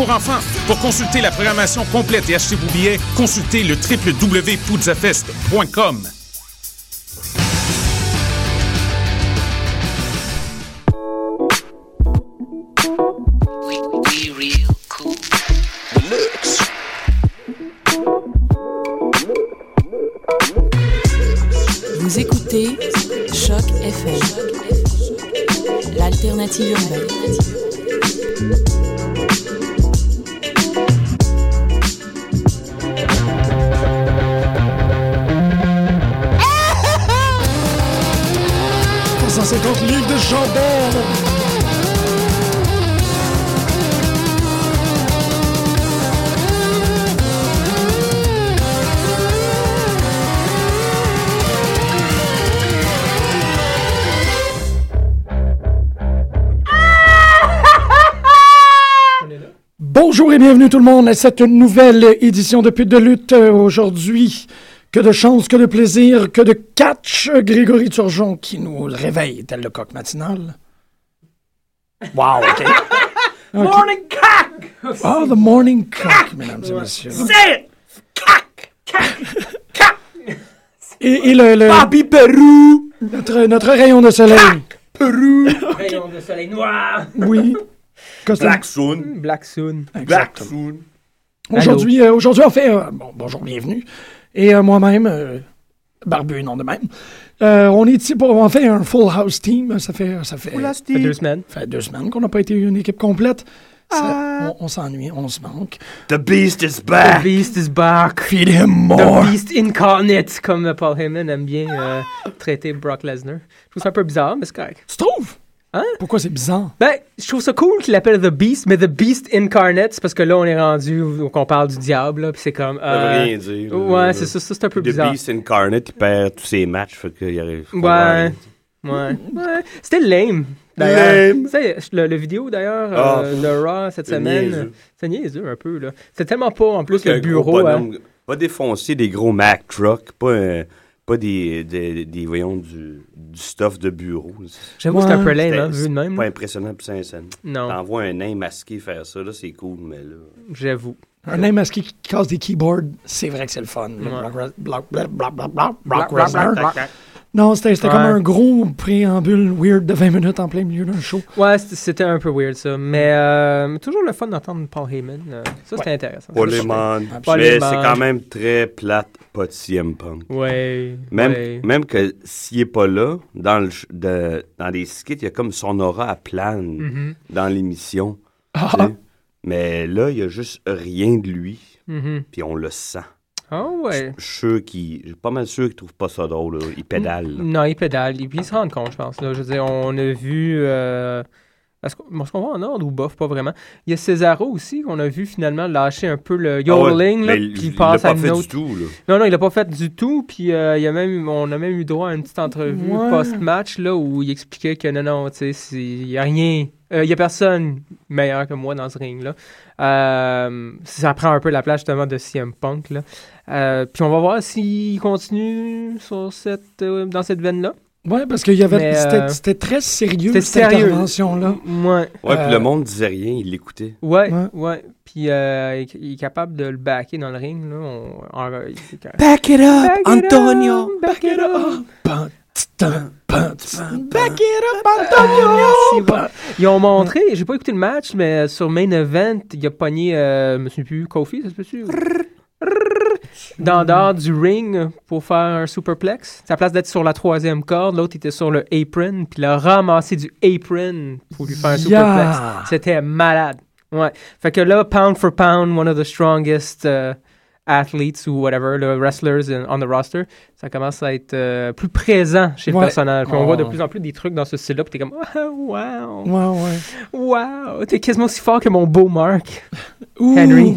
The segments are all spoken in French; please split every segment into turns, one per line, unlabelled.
pour enfants. Pour consulter la programmation complète et acheter vos billets, consultez le www.poudzafest.com.
Vous écoutez Choc FM, l'alternative urbaine.
C'est donc livres de Chambord. Bonjour et bienvenue tout le monde à cette nouvelle édition de Pute de lutte euh, aujourd'hui. Que de chance, que de plaisir, que de catch, Grégory Turgeon qui nous réveille tel le coq matinal. Wow, OK.
Morning cock!
Oh, the morning cock, mesdames et messieurs.
Say it! Cock! Cock! Cock!
Et, et le, le-
Papi Pérou!
notre, notre rayon de soleil.
Pérou! Rayon de soleil noir!
Oui. Costa-
Black Soon.
Black Soon.
Black
Exactement.
Soon.
Aujourd'hui, euh, aujourd'hui, on fait... euh, bon, bonjour, bienvenue. Et euh, moi-même, euh, barbu, non de même. Euh, on est ici pour... On fait un full house team. Ça fait... Ça fait
Ça fait deux semaines.
Ça fait deux semaines qu'on n'a pas été une équipe complète. Ça-
Ah.
on on s'ennuie, on se manque.
The Beast is
The
back.
Beast is back.
Feed him more.
The Beast incarnate, comme Paul Heyman aime bien euh, traiter Brock Lesnar. Je trouve ça un peu bizarre, mais c'est correct.
Tu trouves?
Hein?
Pourquoi c'est bizarre?
Ben, je trouve ça cool qu'il l'appelle The Beast, mais The Beast incarnate, c'est parce que là, on est rendu où on parle du diable, là, puis c'est comme.
Ça
euh,
veut rien dire.
Ouais, c'est ça, ça, c'est un peu
The
bizarre.
Beast incarnate, il perd tous ses matchs, fait qu'il arrive.
Ouais. Ouais. Ouais. C'était lame. d'ailleurs.
Lame.
Tu sais, Le, le vidéo d'ailleurs
Ah,
euh, de Raw cette
c'est
semaine,
niaiseux.
c'est niaiseux un peu là. C'est tellement pas en plus
C'est
le
un gros
bureau. hein.
bonhomme. Va défoncer des gros Mac trucks, pas, euh, pas des, des, des, voyons, du, du stuff de bureau.
J'avoue, c'est un peu lame,
C'était-
hein, vu de même.
Pas impressionnant pour Saint-Saëns.
Non,
T'envoies un nain masqué faire ça, là, c'est cool, mais là.
j'avoue.
Un nain masqué qui casse des keyboards, c'est vrai que c'est le fun. Le
Ouais.
Brock Res- Brock- Brock- Brock- Brock- Brock- Brock Lesnar. Non, c'était c'était
Ouais.
comme un gros préambule weird de 20 minutes en plein milieu d'un show.
Ouais, c- c'était un peu weird ça, mais
Mm.
euh, toujours le fun d'entendre Paul Heyman. euh, Ça, c'était intéressant.
Pas les man.
Pas
Mais
les
c'est
man.
quand même très plate, pas de CM Punk.
Ouais.
Même,
ouais.
même que s'il est pas là, dans, le, ch- de- dans les skits, il y a comme son aura à plane
Mhm, Ah.
dans l'émission. tu sais. Mais là, il y a juste rien de lui,
mhm.
puis on le sent.
Ah ouais.
Je suis sûr qu'il- je suis pas mal sûr qu'il trouve pas ça drôle. là. Il pédale. là.
Non, il pédale. Et puis, il se rend compte, je pense. Là. Je veux dire, on a vu. euh, Est-ce qu'on est-ce qu'on va en ordre ou bof, pas vraiment? Il y a Cesaro aussi, qu'on a vu finalement lâcher un peu le
Ah ouais,
yodeling, là,
mais
puis il
l'a
passe à
pas
une
fait
autre.
du tout. là.
Non, non, il l'a pas fait du tout. Puis euh, il y a même, on a même eu droit à une petite entrevue
Ouais.
post-match là où il expliquait que non, non, tu sais, c'est- il y a rien, euh, il y a personne meilleur que moi dans ce ring là. Euh, ça prend un peu la place justement de CM Punk là. Euh, puis on va voir s'il continue sur cette, euh, dans cette veine là.
Ouais, parce qu'il y avait.
Mais,
c'était-
euh,
C'était très sérieux,
c'était
cette
sérieux.
intervention-là.
Ouais.
Ouais,
Euh,
puis le monde disait rien, il l'écoutait.
Ouais,
Ouais.
ouais, Puis euh, il- il est capable de le backer dans le ring. Là. On- en- il- il-
Back it up!
Back it up, Back it up!
Back it up,
Merci,
Antonio!
bon. Ils ont montré, j'ai pas écouté le match, mais euh, sur Main Event, il a pogné, euh, je me souviens plus, Kofi, ça se peut-tu? ou- Rrrr. Dans dehors du ring pour faire un superplex. À la place d'être sur la troisième corde, l'autre était sur le apron, puis il a ramassé du apron pour lui faire un superplex.
Yeah.
C'était malade. Ouais. Fait que là, pound for pound, one of the strongest euh, athletes ou whatever, le wrestlers in- on the roster, ça commence à être euh, plus présent chez
Ouais.
le personnage. Puis on
Oh.
voit de plus en plus des trucs dans ce style-là, puis t'es comme, wow,
Ouais, ouais.
wow, t'es quasiment aussi fort que mon beau Mark.
Ouh.
Henry.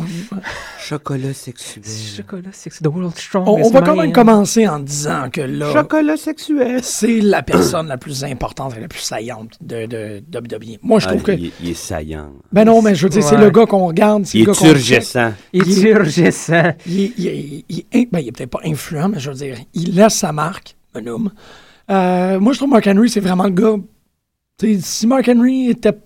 Chocolat sexuel.
Chocolat, c'est the world's strongest
On, on va quand
man.
même commencer en disant que là,
Chocolat sexuel.
c'est la personne la plus importante et la plus saillante de, de, de WWE. Moi, je trouve que.
Ah, il, est- il est saillant.
Ben non, mais je veux dire, c'est
Ouais.
le gars qu'on regarde. c'est
Il
le
est
gars qu'on
turgescent.
Il est surgissant.
il est, il est- il est in- ben, il est peut-être pas influent, mais je veux dire, il laisse sa marque, un homme. Euh, moi, je trouve Mark Henry, c'est vraiment le gars. tu sais, si Mark Henry était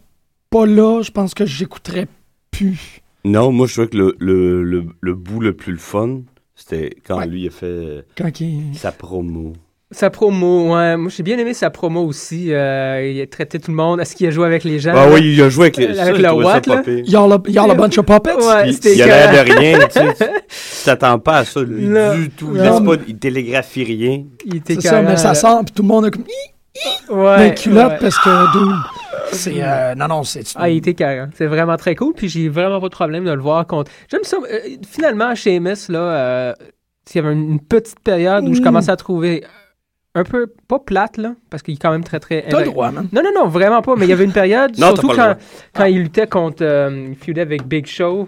pas là, je pense que j'écouterais plus.
Non, moi, je trouvais que le, le, le, le bout le plus le fun, c'était quand
Ouais.
lui, il a fait euh,
Quand il-
sa promo.
Sa promo, ouais. Moi, j'ai bien aimé sa promo aussi. Euh, il a traité tout le monde. Est-ce qu'il a joué avec les gens?
Ah oui, il a joué avec, les-
Avec
ça, je
le
trouvais ça
Watt,
pas
là.
pire.
Y'all a, y'all a bunch of puppets?
Ouais,
Puis,
c'était
il a
écœurant.
l'air de rien, tu sais. tu- Tu t'attends pas à ça lui,
Non.
du tout. Il,
Non,
laisse pas, il télégraphie rien.
Il était
C'est ça,
écœurant,
mais ça
là.
sort, puis tout le monde a comme Hi!
Ouais,
dans les culottes
ouais.
parce que, dude, c'est. euh, non, non, c'est.
Ah, il était carré. C'est vraiment très cool. Puis j'ai vraiment pas de problème de le voir contre. J'aime ça. euh, finalement, chez MS, là, euh, il y avait une, une petite période où je
Mm.
commençais à trouver un peu, pas plate, là, parce qu'il est quand même très, très.
T'as le droit, man.
Non, non, non, vraiment pas. Mais il y avait une période,
Non, t'as
surtout
pas le
quand,
droit.
quand il luttait contre. euh, il feudait avec Big Show,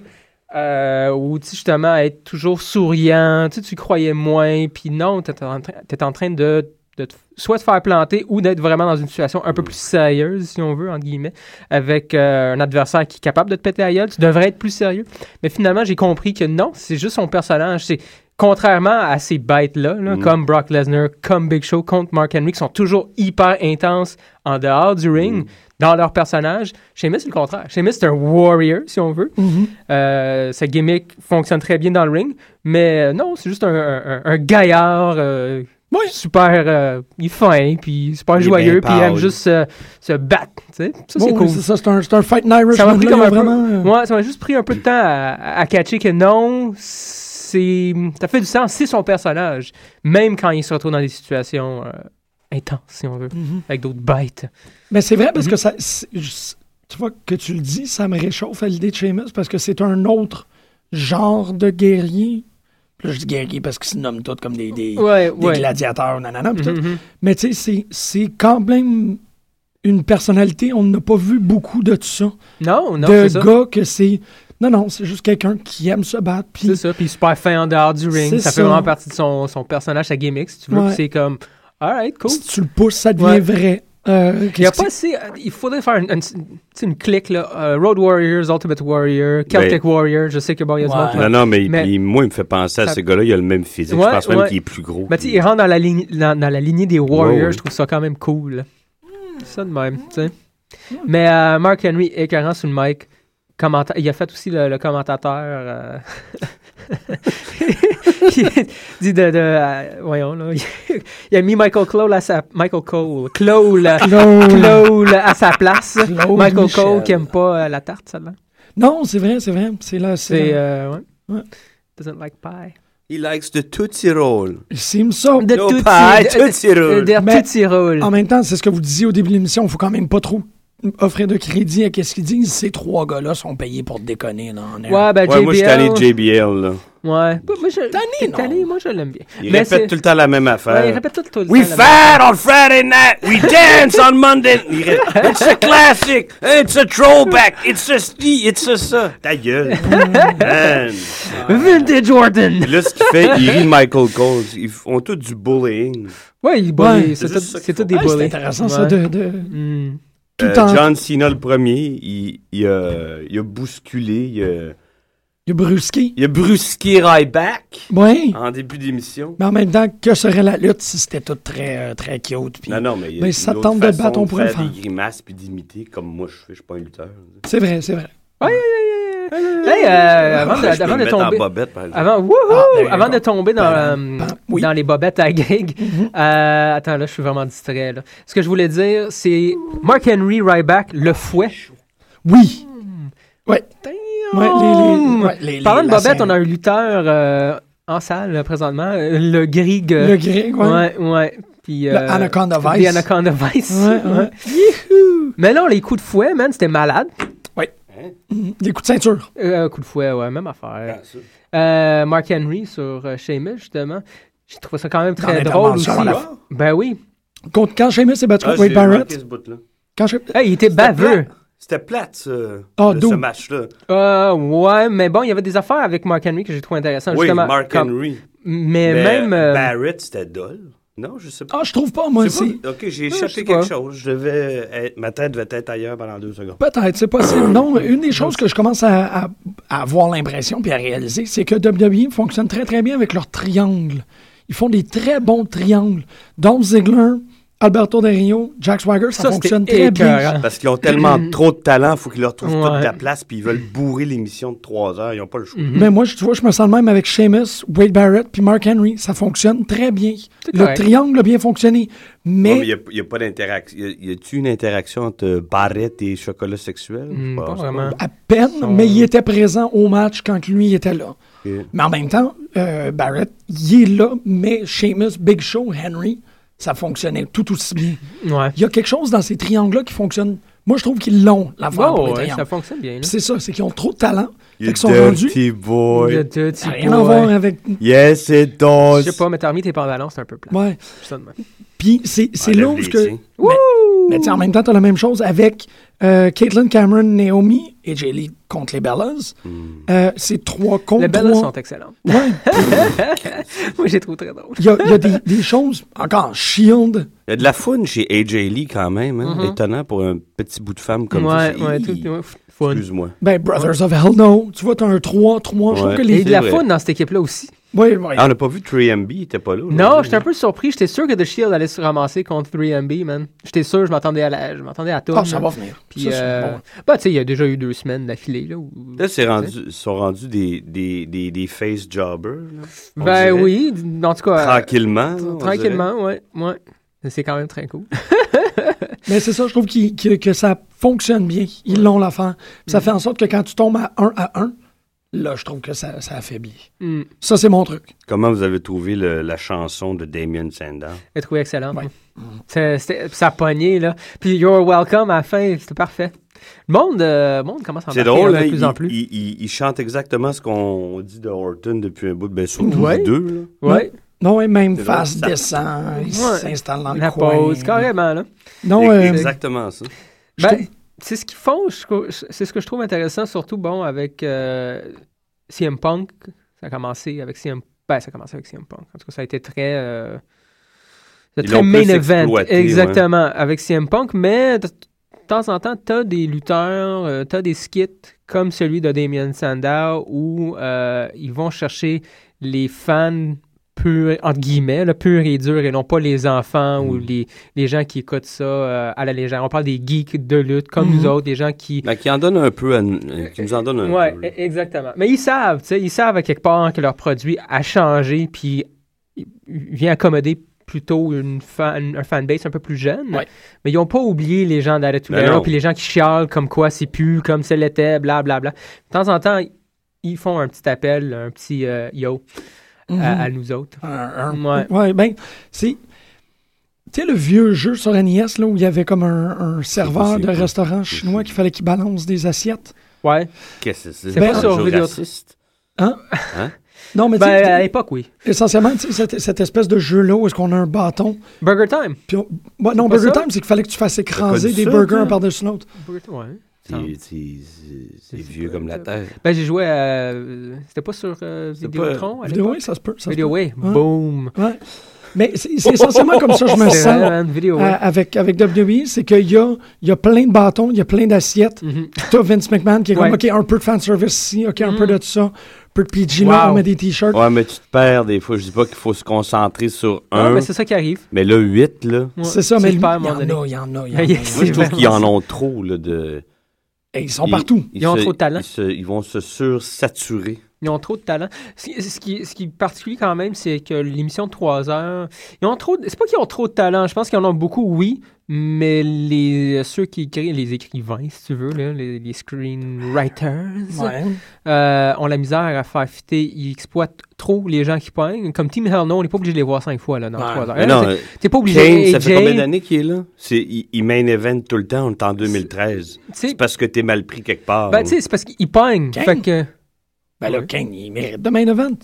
euh, où, tu sais, justement, être toujours souriant, tu sais, tu croyais moins, puis non, t'étais en, train- t'étais en train de. de te- soit te faire planter ou d'être vraiment dans une situation un peu plus sérieuse, si on veut, entre guillemets, avec euh, un adversaire qui est capable de te péter la gueule. Tu devrais être plus sérieux. Mais finalement, j'ai compris que non, c'est juste son personnage. C'est contrairement à ces bêtes-là, là,
Mm.
comme Brock Lesnar, comme Big Show, contre Mark Henry, qui sont toujours hyper intenses en dehors du
Mm.
ring, dans leur personnage. Chez Miss, c'est le contraire. Chez Miss, c'est un warrior, si on veut.
Mm-hmm.
Euh, sa gimmick fonctionne très bien dans le ring, mais euh, non, c'est juste un, un- un gaillard. euh, Super, euh, il est fin, puis super
Il est
joyeux,
bien
puis il aime
pâle.
juste euh, se battre. tu sais. Ça, c'est
Bon,
cool.
oui, c'est ça, c'est un, c'est un fight in Irish.
Ça m'a
man,
pris
là,
comme
il y a
un peu-
vraiment, euh,
Moi, ça m'a juste pris un peu de temps à, à catcher que non, c'est. Ça fait du sens, c'est son personnage, même quand il se retrouve dans des situations euh, intenses, si on veut,
Mhm.
avec d'autres bêtes.
Mais c'est vrai parce
Mhm.
que ça. c'est- je- Tu vois que tu le dis, ça me réchauffe à l'idée de Seamus parce que c'est un autre genre de guerrier. Là, je dis guerrier parce qu'ils se nomment tous comme des, des,
Ouais,
des
ouais.
gladiateurs, nanana. pis tout.
Mhm.
Mais tu sais, c'est- c'est quand même une personnalité. On n'a pas vu beaucoup de ça.
Non, non,
de
c'est ça.
gars que c'est. Non, non, c'est juste quelqu'un qui aime se battre. Puis
C'est ça, puis super fin en dehors du ring.
C'est
Ça fait
ça.
vraiment partie de son, son personnage, sa gimmick, si tu veux.
Ouais.
puis C'est comme, alright, cool.
si tu le pousses, ça devient
Ouais.
vrai. Euh,
Il y a
qu'est-ce
pas
que
assez. euh, Il faudrait faire une, une, tu sais, une clique, là. euh, Road Warriors, Ultimate Warrior, Celtic Warrior. Je sais que bon, il y a du monde qui va-
Non, non, mais, il-
Mais-
il- moi, il me fait penser à
Ça-
ce gars-là. Il a le même physique.
Ouais,
je pense même
ouais.
qu'il est plus gros.
Mais Ben, tu sais,
qu'il-
il rentre dans la, ligne, dans, dans la lignée des Warriors,
Ouais, ouais.
je trouve ça quand même cool. Ça de même, tu sais.
Hmm.
Mais euh, Mark Henry, écœurant sur le mic, commenta- il a fait aussi le, le commentateur. euh, qui dit de. de, euh, voyons, là. Il a mis Michael Cole à sa. Michael Cole. Cole. Cole à sa place.
Cole
Michael
Michel.
Cole qui aime pas euh, la tarte, celle-là.
c'est? Non, c'est vrai, c'est vrai. C'est là.
C'est.
C'est.
euh, ouais.
Ouais.
Doesn't like pie.
Il likes the Tootsie Roll.
Il semble ça.
De
Oh, No
Tootsie-
pie,
de- de-
Tootsie Roll.
de- de
Mais-
Tootsie Roll.
En même temps, c'est ce que vous disiez au début de l'émission, il faut quand même pas trop offrir de crédit à qu'est-ce qu'ils disent. Ces trois gars-là sont payés pour déconner là, en air.
Ouais, ben,
Ouais, moi, je suis allé
JBL.
JBL. Là.
Ouais. Moi, moi, je, t'es
non?
tanné, moi, je l'aime bien.
Il
Mais c'est-
répète tout le temps la même affaire.
Ouais, il répète tout, tout le euh,
We
temps. la même-
fight on Friday night. We dance on Monday. Il répète, It's a classic. It's a throwback. It's a ski. It's a ça. Ta gueule. Man.
Vintage Jordan!
Puis là, ce qu'il fait, il rit de Michael Cole. Ils font tout du bullying.
Ouais, il
Ouais.
bully. C'est
C'est
tout-
juste ça
C'est
qu'il
tout
faut.
des
Ah, c'est
bullies.
intéressant ça
Ouais.
de, de-
Hmm.
tout
Euh,
en
John Cena, le premier, il, il, a, il a bousculé, il a,
de brusquer.
il a brusqué Ryback
Ouais.
en début d'émission.
Mais en même temps, que serait la lutte si c'était tout très, euh, très cute? puis-
Non, non, mais il y a
Ben,
une
si ça
autre
tente de
façon
battre, on pourrait le
faire.
faire.
des grimaces puis d'imiter, comme moi je fais, je suis pas un lutteur.
C'est vrai, c'est vrai.
Hey, euh, avant de,
Je peux
avant
me
de
mettre en
tomber.
bobette, par exemple.
Avant, wouhou!
Ah, there you
avant de
go.
tomber dans,
Badam,
euh,
bam. Oui.
dans les bobettes à gig, euh, attends, là, je suis vraiment distrait. là. Ce que je voulais dire, c'est Mark Henry Ryback, le fouet.
Oui. Ouais. Ouais, les, les,
Damn!
ouais, les-
Parlant
les-
de
la
bobette,
scène.
on a un lutteur euh, en salle euh, présentement, euh, le Grig. euh,
Le grec, ouais.
Ouais, ouais. Puis,
Le Anaconda Vice.
The Anaconda Vice.
Ouais, ouais.
Mais non, les coups de fouet, man, c'était malade.
Ouais. Des coups de ceinture.
Euh, coup de fouet, ouais, même
Ah,
affaire.
Ah,
Euh, Mark Henry sur euh, Sheamus, justement. J'ai trouvé ça quand même très
Dans
drôle aussi.
l'intervention à la
Ben oui.
Contre quand Sheamus s'est battu
Ah,
contre
j'ai
Wade
manqué
Barrett.
ce bout-là.
Quand She-
Hey, il était baveux.
plate. C'était plate, ce,
Ah,
le-
d'où?
ce match-là.
Euh, ouais, mais bon, il y avait des affaires avec Mark Henry que j'ai trouvé intéressantes.
Oui,
justement,
Mark
comme-
Henry.
Mais,
Mais
même. euh,
Barrett, c'était dull. Non, je sais pas.
Ah, je trouve pas, moi,
C'est
aussi.
pas- Ok,
Non,
j'ai
je sais
échappé
pas.
quelque chose. Je devais être- Ma tête devait être ailleurs pendant deux secondes.
Peut-être, c'est possible. Non, une des choses que je commence à, à- à avoir l'impression puis à réaliser, c'est que WWE fonctionne très, très bien avec leurs triangles. Ils font des très bons triangles. Dolph Ziggler, Alberto Del Rio, Jack Swagger, ça,
Ça, c'était
fonctionne très bien.
écœurant.
Parce qu'ils ont tellement trop de talent, faut qu'ils leur trouvent
Ouais. Mm-hmm.
toute la place, puis ils veulent bourrer l'émission de trois heures. Ils n'ont pas le choix.
Mhm.
Mais moi, je- tu vois, je me sens le même avec Sheamus, Wade Barrett puis Mark Henry. Ça fonctionne très bien. Le
correct.
triangle a bien fonctionné. Mais,
Ouais, mais il n'y a, pas d'interaction. Y a- Y a-tu une interaction entre Barrett et chocolat sexuel?
hmm,
Je
pas
pense
vraiment.
à peine, mais il était présent au match quand lui était là.
Ok.
Mais en même temps, euh, Barrett, il est là, mais Sheamus, Big Show, Henry, ça fonctionnait tout aussi bien.
Ouais.
Il y a quelque chose dans ces triangles-là qui fonctionne. Moi, je trouve qu'ils l'ont, la forme
Oh,
pour les
ouais,
triangles.
ça fonctionne bien.
Puis
là.
C'est ça, c'est qu'ils ont trop de talent. Fait
You
qu'ils sont rendus.
dirty boy.
Le petit
Ça n'a rien à
boy.
voir avec.
Yes, it does.
Je sais pas, mais t'as remis tes pantalons, c'est un peu plat.
Ouais.
Ça de même.
Puis c'est c'est là
Enlève
où
les
ce que.
tiens.
Mais, mais tu sais, en même temps, tu as la même chose avec euh, Caitlin Cameron, Naomi et Jelly contre les Bellas. Euh, c'est trois contre
Les belles
trois.
sont excellentes.
Ouais.
Moi, j'ai trouvé très drôle.
Il y a, il y a des, des choses. Encore, Shield.
Il y a de la foune chez AJ Lee quand même. hein. Étonnant pour un petit bout de femme comme
Mm-hmm.
ça.
ouais,
C'est-
ouais,
Hi.
tout, ouais, f- fun.
Excuse-moi.
Ben, Brothers of Hell, no. Tu vois, t'as un 3-3. Je trouve
Ouais.
que
Il y a
les.
eu de la
vrai.
fun dans cette équipe-là aussi.
Ouais, ouais.
Ah, on n'a pas vu 3MB, il était pas là.
Non, j'étais un peu surpris. J'étais sûr que The Shield allait se ramasser contre 3MB, man. J'étais sûr, je m'attendais à, la... je m'attendais à tout.
Ah, ça
man.
va venir.
Puis,
Ça, c'est
euh,
bon.
bah, tu sais, il y a déjà eu deux semaines d'affilée, là. où-
Là, c'est rendu, sont rendus des, des, des, des face jobbers. là, on
Ben
dirait.
oui, d- en tout cas. euh,
Tranquillement. là, on
Tranquillement, ouais, ouais. Mais C'est quand même très cool.
Mais c'est ça, je trouve qu'il- qu'il- que ça fonctionne bien. Ils l'ont l'affaire. Puis
Mm.
Ça fait en sorte que quand tu tombes à 1 à 1, là, je trouve que ça, ça affaiblit.
Mm.
Ça, c'est mon truc.
dirait. Comment vous avez trouvé le- la chanson de Damien Sandow?
J'ai trouvé excellent. C'est- c'était- Ça a pogné, là. Puis You're Welcome à la fin, c'était parfait. Le monde, euh, le monde commence à
C'est
embarquer,
drôle,
là,
hein,
de plus
il,
en plus.
Il, il- il chante exactement ce qu'on dit de Horton depuis un bout, ben, surtout
Ouais.
les deux. là.
Ouais,
Non, et même
C'est drôle,
face
ça-
descend, il
Ouais.
s'installe dans
la
le coin.
pause, carrément, là.
Non,
C'est
euh,
exactement ça.
je
Ben,
trouve-
c'est ce qu'ils font, je trou- c'est ce que je trouve intéressant, surtout, bon, avec euh, CM Punk. Ça a commencé avec CM Ben, ça a commencé avec CM Punk. En tout cas, ça a été très... euh,
Ils
très
l'ont
main
plus
event,
exploité, ouais.
exactement, avec CM Punk, mais de de temps en temps, t'as des lutteurs, euh, t'as des skits comme celui de Damien Sandow où euh, ils vont chercher les fans purs, entre guillemets, là, purs et durs et non pas les enfants
Mm.
ou les, les gens qui écoutent ça euh, à la légère. On parle des geeks de lutte comme
Mm-hmm.
nous autres, des gens qui...
Ben, qui en donne un peu, à nous- euh, qui nous en donne un
Ouais,
peu. là.
e- exactement. Mais ils savent, tu sais, ils savent à quelque part que leur produit a changé, puis il il vient accommoder plutôt une fan, un fanbase un peu plus jeune.
Ouais.
Mais ils n'ont pas oublié les gens d'Attitude
Non,
Era,
non.
puis les gens qui chialent comme quoi c'est plus, comme ça l'était, blablabla. De temps en temps, ils font un petit appel, un petit euh, yo à,
Mm-hmm.
à nous autres.
Un- un-
Ouais.
ouais, ben, c'est... Tu sais, le vieux jeu sur NES, là, où il y avait comme un, un serveur
C'est
de
quoi?
restaurant chinois qu'il fallait qu'il balance des assiettes.
Ouais.
Qu'est-ce que c'est?
C'est
Ben,
pas
Un
sur
jeu
vidéo.
raciste?
Non, mais tu
Ben, à
sais,
l'époque, oui.
essentiellement, tu sais, cette, cette espèce de jeu-là où est-ce qu'on a un bâton,
Burger Time.
puis on... Ouais, non,
C'est pas
Burger
ça?
Time, c'est qu'il fallait que tu fasses
T'as
écraser
connu
des
ça,
burgers
toi?
un par-dessus l'autre.
Burger Time, ouais.
C'est- c'est- c'est- C'est vieux comme la terre.
Ben, j'ai joué à... euh, C'était pas sur euh,
C'était
Vidéotron à
Vidéo,
l'époque?
oui, ça se peut. Hein? ça se peut.
Vidéo, oui.
Ouais.
Boom.
Ouais. Mais c'est c'est essentiellement comme ça que je me
C'est vrai,
sens
man, Vidéo,
euh,
ouais.
avec, avec WWE, c'est qu'il y a, il y a plein de bâtons, il y a plein d'assiettes. T'as Vince McMahon qui est
Mm-hmm. Ouais. Mm.
comme, OK, un peu de fanservice ici, OK, un peu de ça, un peu de PG là,
Wow.
on met des T-shirts.
Ouais, mais tu te perds des fois. Je dis pas qu'il faut se concentrer sur
Ouais,
un,
mais ben, c'est ça qui arrive.
mais là, huit, là.
Ouais,
C'est ça, mais lui,
le
il y
père, à un
en
moment donné.
a, il y en a, il y en a.
Mais
il y en a.
c'est
Moi, je trouve
vraiment
qu'ils en
ça.
ont trop, là, de...
Et ils sont partout.
Ils ont
se-
trop de talent.
Ils, se- ils vont se sursaturer.
Ils ont trop de talent. Ce, qui- ce qui, ce qui est particulier quand même, c'est que l'émission de 3 heures, ils ont trop. de- C'est pas qu'ils ont trop de talent. Je pense qu'ils en ont beaucoup, oui, mais les euh, ceux qui écrivent, les écrivains, si tu veux, là, les, les screenwriters,
Ouais.
euh, ont la misère à faire fitter. Ils exploitent trop les gens qui pognent. Comme Team Hell No, on n'est pas obligé de les voir cinq fois là, dans
Ouais.
3 heures.
Mais
Là,
non,
t'es-
euh,
t'es pas
Kane,
obligé.
ça fait
AJ,
combien d'années qu'il est là? C'est, il, il main event tout le temps, on est en 2013.
tu sais,
C'est parce que t'es mal pris quelque part.
ben, tu sais, c'est parce qu'ils pognent.
Kane?
Fait que.
Ben là, Kane, il mérite de main event.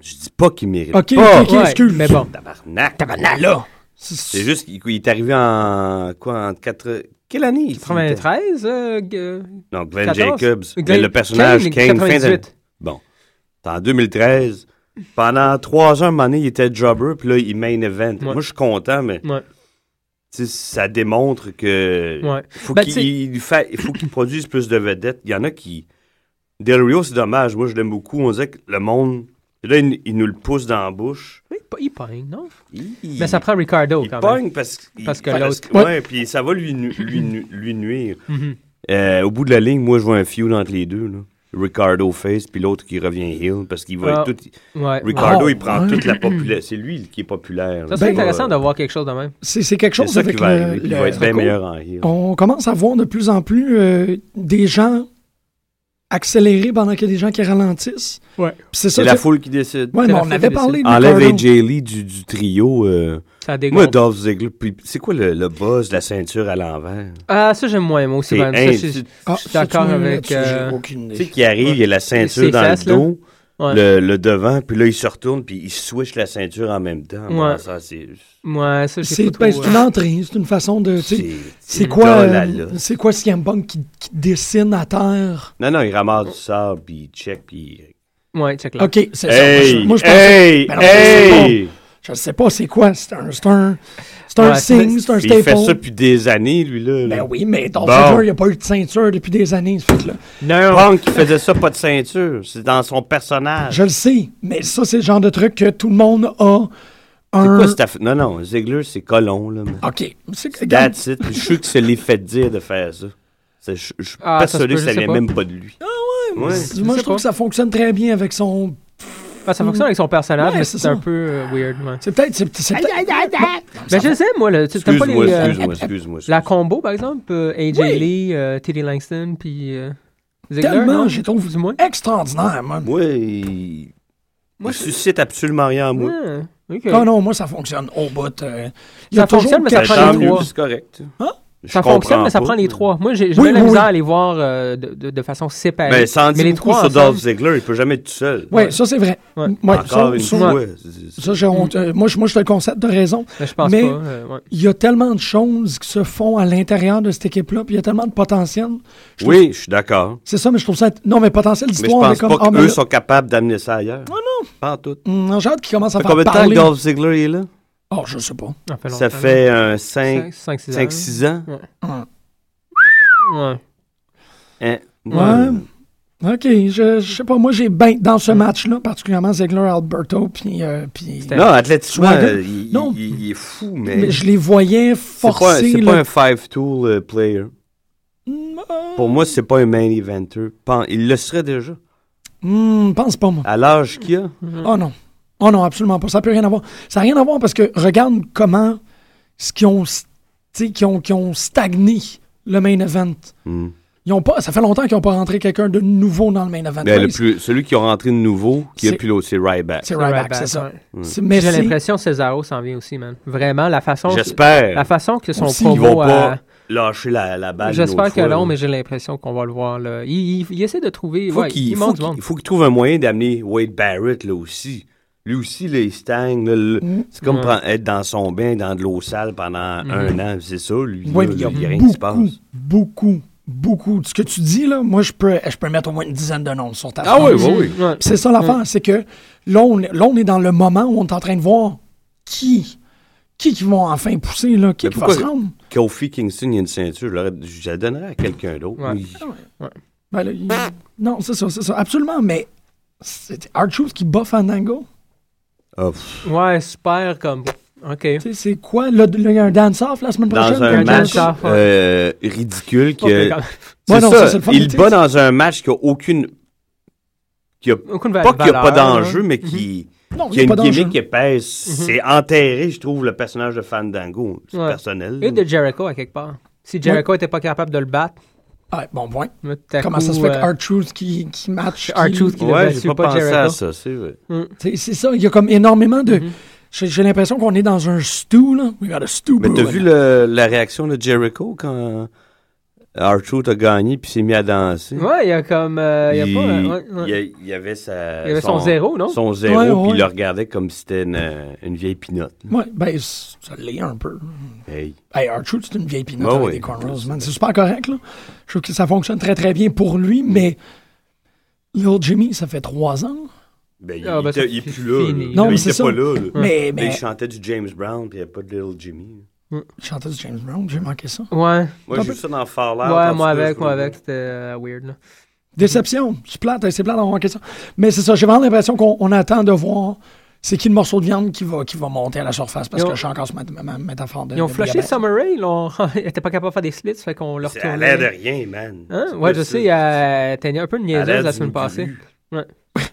Je dis pas qu'il mérite
Ok,
pas.
ok, ok,
Oh, Ouais,
excuse.
mais bon.
Tabarnak.
Tabarnak, là.
C'est juste qu'il il est arrivé en quoi en 4 quelle année il-
93, euh, g-
Non, Glenn
14?
Ben Jacobs.
Glenn-
mais le personnage Kane,
Kane,
fin d'année.
98.
Bon. C'est En 2013, pendant trois ans, un moment donné, il était jobber, puis là, il main event.
Ouais.
Moi, je suis content, mais
Ouais.
tu sais, ça démontre que
Ouais.
faut
Ben,
qu'il
tu sais-
il fa- il faut qu'il produise plus de vedettes. Il y en a qui. Del Rio, c'est dommage. Moi, je l'aime beaucoup. On disait que le monde. Là, il, il nous le pousse dans la bouche.
Oui, pas- il pogne, non?
Il-
Mais Ben, ça prend Ricardo
il
quand même.
pogne parce,
Parce que l'autre-
Ouais, puis ça va lui, nu- lui, nu- lui nuire.
Mhm.
Euh, au bout de la ligne, moi, je vois un feud entre les deux. Là. Ricardo face, puis l'autre qui revient heel, parce qu'il va
Ah.
tout...
Ouais.
Ricardo,
Oh,
il prend
ouais.
toute la populaire. C'est lui qui est populaire.
Ça serait
Ben,
intéressant de voir quelque chose de même.
C'est c'est quelque
C'est
chose
ça qui
avec
va
le,
arriver. puis Il
le-
va être bien
le-
meilleur en heel.
On commence à voir de plus en plus euh, des gens accélérer pendant qu'il y a des gens qui ralentissent.
Ouais.
Puis C'est ça.
C'est la
tu sais-
foule qui décide.
Ouais,
C'est
mais
la
on
foule
avait
qui
parlé de
Enlève
Ricardo.
AJ Lee du, du trio. euh,
Ça dégonfle.
Moi, Dolph Ziggler, puis c'est quoi le, le buzz de la ceinture à l'envers?
Ah, ça, j'aime moins, moi aussi.
C'est
Ben, ça,
hein,
c'est-
tu-
Ah,
je suis
ça, tu
d'accord
m'as mis
avec,
là-dessus, j'ai
euh,
aucune
Tu sais
idée.
qu'il arrive, il a la
ses
ceinture dans
fesses,
le
là.
dos,
Ouais.
le, le devant, puis là, il se retourne, puis il switch la ceinture en même temps. Bon,
Ouais.
ça, c'est...
Ouais, ça, j'ai
C'est
pas
ben,
trop,
c'est une
euh,
entrée, c'est une façon de. tu sais,
c'est-
C'est quoi,
Oh là
euh,
là.
c'est quoi CM Punk qui, qui dessine à terre?
Non, non, il ramasse du sable, puis il check, puis...
euh, Ouais, check là.
Ok, c'est
Hey!
ça. Moi, je, moi, je pensais-
hey!
Ben non,
hey!
je sais pas c'est quoi. C'est un, c'est un, c'est un
Ouais,
signe, c'est un
Puis il fait ça
staple.
depuis des années, lui-là. là.
Ben oui, mais Dolph
Bon.
Ziggler, il n'y a pas eu de ceinture depuis des années. ce fait-là.
Punk, il faisait ça, pas de ceinture. C'est dans son personnage.
Je le sais, mais ça, c'est le genre de truc que tout le monde a
C'est
un.
quoi cette affaire? Non, non, Ziggler, c'est colon, là. mais-
Ok. C'est Ah, regarde,
That's it. Puis Je suis sûr que ça les fait dire de faire ça. C'est- Je je suis
Ah, ça se
persuadé
peut,
que ça
je sais
vient
pas.
même pas de lui. Ah ouais?
je
Moi,
sais
je trouve
pas.
que ça fonctionne très bien avec son.
Ah, ça fonctionne avec son personnage,
Ouais,
mais
c'est
c'est
ça.
un peu euh, weird. Ouais.
C'est peut-être. C'est, c'est peut-être-
Ben, je les aime, moi. Là. Tu sais, t'aimes pas les,
Excuse-moi,
euh,
excuse-moi, excuse-moi.
La
excuse-moi.
combo, par exemple, euh, AJ Lee, euh, Teddy Langston, puis euh, Ziggler.
Tellement,
non?
j'ai trouvé-
Du moins.
extraordinaire, man.
Moi, il...
Moi,
il suscite absolument rien en moi.
Ah, ok.
Non, non, moi, ça fonctionne au bout. euh, il y a
Ça
toujours
fonctionne, mais ça
Ben,
quelque
prend
tant
les
chose-
mieux,
trois.
C'est correct.
Hein?
Je
Ça fonctionne,
comprends
mais ça
pas.
prend les trois. Moi, j'ai j'ai
Oui,
bien la
oui,
misère
oui.
à les voir euh, de, de- de façon séparée.
Ben, ça en dit
mais les
beaucoup
trois
sur Dolph
ensemble,
Ziggler. Il peut jamais être tout seul.
Ouais, ça, c'est vrai.
Ouais.
M- ouais,
Encore
ça,
une
ça-
fois.
ça, j'ai honte. Euh, moi, je- moi, je te le concède, de raison.
ben, je pense
Mais-
pas.
hein.
euh, ouais.
Il y a tellement de choses qui se font à l'intérieur de cette équipe-là, puis il y a tellement de potentiel. Je trouve-
Oui, je suis d'accord.
C'est ça, mais je trouve ça. Non, mais potentiel
Mais je
d'histoire,
pense
comme.
pas
ah, mais
qu'eux
là-
sont capables d'amener ça ailleurs. Non, non. Pas en tout.
Hum, J'ai hâte qu'ils commencent à
Ça fait
faire
combien de temps que
parler.
Dolph Ziggler est là?
Oh, je sais pas.
Ça fait
Ça
longtemps.
fait un 5,
5, 6 ans.
5-6 ans.
Ouais.
Hein?
Ouais. OK, je, je sais pas. Moi, j'ai ben dans ce match-là, particulièrement Ziegler, Alberto, puis... euh, puis-
C'était-
Non, athlétiquement,
Ouais,
euh, il,
non.
il- il est fou, mais,
mais je les voyais
c'est pas, un-
forcer...
c'est
le-
pas un five-tool euh, player. Pour moi, c'est pas un main eventer. Pan- Il le serait déjà.
Hmm, pense pas, moi.
À l'âge qu'il a,
Mm.
Oh non. Oh non, absolument pas. Ça peut rien avoir. Ça n'a rien à voir parce que regarde comment ce qu'ils ont, s- tu sais, qu'ils ont, qu'ils ont stagné le main event.
Hmm.
Ils ont pas, ça fait longtemps qu'ils n'ont pas rentré quelqu'un de nouveau dans le main event.
ben, le
Oui,
plus, celui qui a rentré de nouveau, qui a
C'est-
plus l'autre, c'est Ryback.
C'est Ryback, c'est ça.
ouais.
C'est- Mais
J'ai
c'est-
l'impression que Cesaro s'en vient aussi, man. Vraiment, la façon, la
J'espère
façon que son
Aussi,
qu'ils vont
promo
pas
euh,
a...
lâcher la, la balle. une
J'espère
autre
que
fois,
non,
là.
mais j'ai l'impression qu'on va le voir. Là. Il, il- il essaie de trouver.
Faut
ouais,
qu'il
il
faut
manque du
qu'il-
monde.
faut qu'il trouve un moyen d'amener Wade Barrett là aussi. Lui aussi, là, il stagne. là, le- C'est comme
Ouais.
prendre- être dans son bain, dans de l'eau sale pendant
Mm.
un an. C'est ça, lui.
Oui,
là,
mais il y a
il y a rien qui se
beaucoup,
passe.
beaucoup, beaucoup. Ce que tu dis, là, moi, je peux, je peux mettre au moins une dizaine de noms sur ta
Ah oui,
phrase.
oui, Mm. oui.
Ouais.
C'est ça l'affaire, c'est que là on, est- là, on est dans le moment où on est en train de voir qui, qui, qui vont enfin pousser, là, qui,
Mais
qui va se
pourquoi-
rendre.
Kofi Kingston, il y a une ceinture. Je, l'aurais- je la donnerais à quelqu'un d'autre.
Ouais.
Oui.
Ben là, il- Non, c'est ça, c'est ça, absolument, mais c'est R-Truth qui bat Fandango.
Ah, pff.
Ouais, super comme. OK.
Tu sais, C'est quoi? Là, là, il y a un dance-off la semaine prochaine?
Dans
il y a
un match
dance-off.
dance-off, ouais.
euh, ridicule. Que...
Ok, quand même.
C'est
Ouais, non,
ça,
ça, c'est le fun,
il
tu sais,
bat dans un match qui n'a aucune qui a,
Aucune va-
pas qu'il n'y a
valeur, hein. Mhm.
pas
là.
d'enjeu, mais qui,
Non,
qui a
il n'y
une
a pas
gimmick
d'enjeu.
épaisse. C'est enterré, je trouve, le personnage de Fandango. C'est
Ouais.
personnel.
Et de Jericho à quelque part. Si Jericho n'était pas capable de le battre,
Ouais, bon, point.
tout à
Comment
coup,
ça se fait que
euh,
R-Truth qui, qui match? qui-
R-Truth qui
Ouais,
le
j'ai
battu,
pas,
pas
pensé à
Jericho. Mhm.
ça, c'est vrai.
C'est c'est ça, il y a comme énormément de... J'ai j'ai l'impression qu'on est dans un stew, là. We got a stew
Mais t'as
brewing.
vu le- la réaction de Jericho quand Arthur a gagné puis s'est mis à danser?
Ouais, il y a comme. euh, il y a
il,
pas. euh, ouais, ouais.
il y a- il y avait, sa,
Il y avait son zéro, non?
Son zéro,
Ouais, ouais.
puis il le regardait comme si c'était une, une vieille pinotte.
Ouais, ben, c- ça l'est un peu.
Hey.
Hey, R-Truth, c'est une vieille pinotte
Ouais,
avec
ouais.
des cornrows, man. C'est super correct, là. Je trouve que ça fonctionne très, très bien pour lui, mais... Little Jimmy, ça fait trois ans.
Ben, il,
Ah, ben,
il était-
c'est
il est plus là.
fini.
là.
Non, mais
il
c'est
était
ça.
pas là. là.
Mais,
Mais il
mais...
chantait du James Brown, puis il n'y avait pas de Little Jimmy.
Il chantait du James Brown, j'ai manqué ça.
Ouais.
Moi, j'ai vu ça dans Far Out.
Ouais, moi avec, moi avec, c'était euh, weird. Là.
Déception. C'est plate, hein, c'est plate d'avoir manqué ça. Mais c'est ça, j'ai vraiment l'impression qu'on on attend de voir c'est qui le morceau de viande qui va, qui va monter à la surface parce
Ils ont-
que je suis encore sur ma, ma- ma métaphore de.
Ils ont
de
flushé
Bigabag.
Summer Rae, là, on- elle était pas capable de faire des slits, fait qu'on leur
C'est à l'air de
retournait.
rien, man.
Hein?
C'est
Ouais,
quoi
je
ça?
sais, elle était un peu niaiseuse
l'air
la
du
semaine passée.
Moutulu.
Ouais.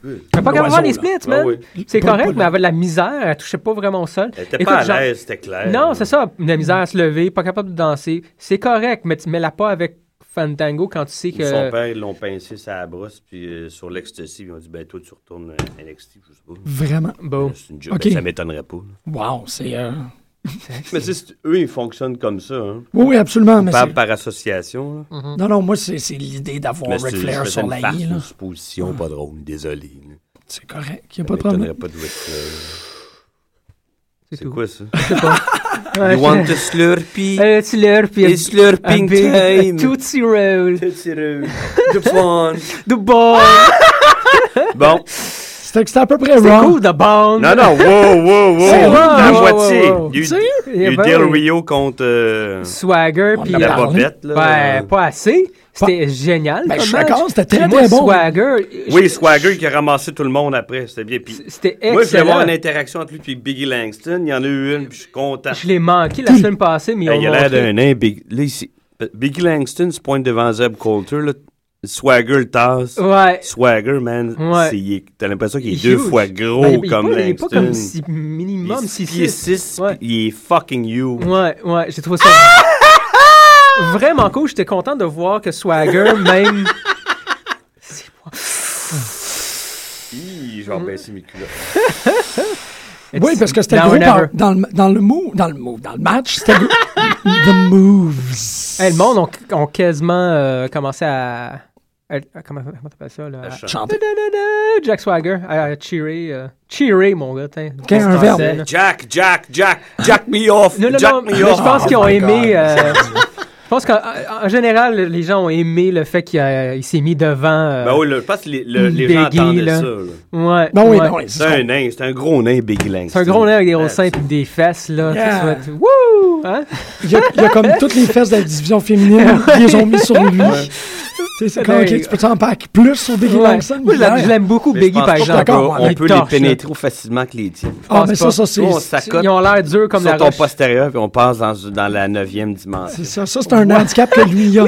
Elle était pas capable de faire des
L'oiseau, là.
splits,
Ah
man.
oui.
C'est
Pas- pas-
correct, mais elle avait de la misère, elle touchait pas vraiment au sol.
Elle était
Écoute,
pas
genre-
à l'aise, c'était clair.
Non, c'est ça, de la misère à se lever, pas capable de danser. C'est correct, mais tu mets-la pas avec Fandango quand tu sais
Puis Son
que.
père, ils l'ont pincé sa brosse, puis euh, sur l'ecstasy, ils ont dit, ben toi, tu retournes à NXT, je sais pas.
Vraiment.
Bon.
C'est une joke,
Ok.
ben, ça m'étonnerait pas. là.
Wow, c'est. euh,
Mais tu sais, c'est- eux, ils fonctionnent comme ça, hein.
Oui, oui, absolument. Mais
Par,
c'est-
par association, là.
Mm.
Non, non, moi, c'est c'est l'idée d'avoir
Mais c'est-
Ric
je
Flair
faisais
sur
une
la
farce,
I, là.
une supposition pas drôle, désolé. là.
C'est correct, il n'y a
Ça
pas de problème.
m'étonnerait pas de Ric Flair.
C'est
C'est
tout.
quoi ça?
Ouais,
you want a slurpee?
Euh, tu l'heures, puis.
It's slurping time.
Tootsie Roll.
Tootsie
Euh,
Roll. Good one.
The Ball.
Ah!
Bon.
C'était c'était à peu près
C'est
wrong.
cool, The Ball.
Non, non, wow, wow, wow.
C'est vrai,
La
wow, wow,
moitié.
wow.
Il y a
Sérieux?
eu- il y a eu
Eh ben
Del
oui.
Rio contre euh,
Swagger,
On
puis.
en a
la
parlé.
bobette. Là.
Ben, pas assez. C'était génial.
Ben,
comme
je suis d'accord,
match.
c'était très,
Puis moi,
très bon.
Swagger.
Oui, Swagger qui a ramassé tout le monde après. C'était bien. Puis,
C'était
moi, je voulais
excellent.
voir une interaction entre lui et Biggie Langston. Il y en a eu une, puis je suis content.
Je l'ai manqué la semaine passée, mais
Hey,
on
Ben, il a l'air d'un nain. Big- là, ici, Biggie Langston se pointe devant Zeb Coulter. Là. Swagger le tasse.
Ouais.
Swagger, man,
Ouais.
c'est- il est- t'as l'impression qu'il est
Huge.
deux fois gros
Ben, il est
comme
pas- Il est
Langston.
pas comme si
Il est
minimum
six
6
pieds six,
Ouais.
puis il est fucking huge.
Ouais, ouais, j'ai trouvé ça vraiment cool. J'étais content de voir que Swagger, même. C'est moi.
Hi,
Mm-hmm.
je vais baisser mes culottes.
Oui, parce que c'était
Now
gros
or never.
par- dans, le, dans le move, dans le move, dans le match, c'était gros. The moves.
Hey, le monde ont, ont quasiment euh, commencé à. à- à- comment comment t'appelles ça, là? À-
Chanté.
Da-da-da-da, Jack Swagger, à, à cheerer. euh, cheerer, mon gars, t'in.
un
Qu'est-ce
verbe.
que t'en sais, là?
Jack, Jack, Jack, Jack me off,
Non, non,
Jack
non,
me
mais
off.
je pense qu'ils
Oh
ont
my
aimé.
God.
euh, je pense qu'en en général, les gens ont aimé le fait qu'il a- il s'est mis devant. euh,
Ben oui, là, je pense que les, le- les
Mm, Biggie,
gens entendaient
là.
ça. là.
ouais,
Non, Ben oui,
ouais.
non, oui, c'est
C'est un nain, c'est un gros nain, Biggie Langston.
C'est un gros nez avec des
Ben,
gros seins et des fesses, là. tu sais,
Yeah.
tu vas être, Wouh! Hein?
Il y, a, il y a comme toutes les fesses de la division féminine, ils les ont mis sur lui. Tu sais, C'est quand
Ouais.
ok, tu peux t'en pack plus sur Biggie
Ouais.
Langsson.
Moi, je l'aime- je l'aime beaucoup,
Mais je
Biggie,
pense
par
pas
exemple.
d'accord,
qu'on- On
les
peut
torches,
les pénétrer
là.
aussi facilement que les tiens.
Ah, mais
pense
ça,
pas.
ça, c'est.
On s'accote
Ils ont l'air durs comme
sur
la
ton
roche.
postérieur, puis on passe dans, dans la neuvième dimension.
C'est ça, ça c'est un handicap que lui il a.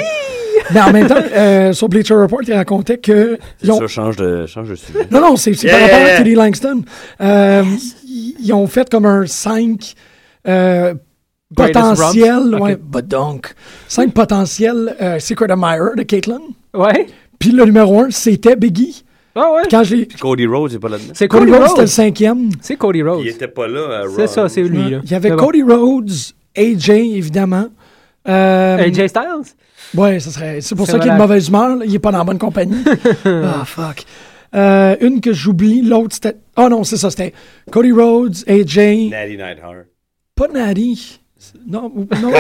Mais en même temps, euh, sur Bleacher Report, il racontait que. ils ont-
Ça, change de, change de sujet.
Non, non, c'est c'est
Yeah,
par rapport
yeah,
à Teddy Langston. Euh, ils- Ils ont fait comme un 5 euh,
Greatest
potentiel.
romps.
Ouais,
Ok.
but donc. 5 potentiels euh, Secret Admirer de Caitlyn.
Ouais.
Puis le numéro 1, c'était Biggie.
Ah ouais.
Quand j'ai.
Cody Rhodes est pas là-dedans.
C'est
Cody
Cody
Rhodes, c'était le
Rhodes.
cinquième.
C'est Cody
Il
Rhodes.
était pas là euh, à Raw.
C'est ça, c'est lui, là.
Il y avait
C'est bon.
Cody Rhodes, AJ, évidemment. Euh,
AJ Styles?
Ouais, ça serait. C'est pour
C'est
ça qu'il est de
malade.
mauvaise humeur. là. Il est pas dans la bonne compagnie. ah, fuck. Euh, une que j'oublie, l'autre c'était. Ah non, c'est ça, c'était Cody Rhodes, AJ,
Natty Nightheart.
pas Nadi. Non, ou- non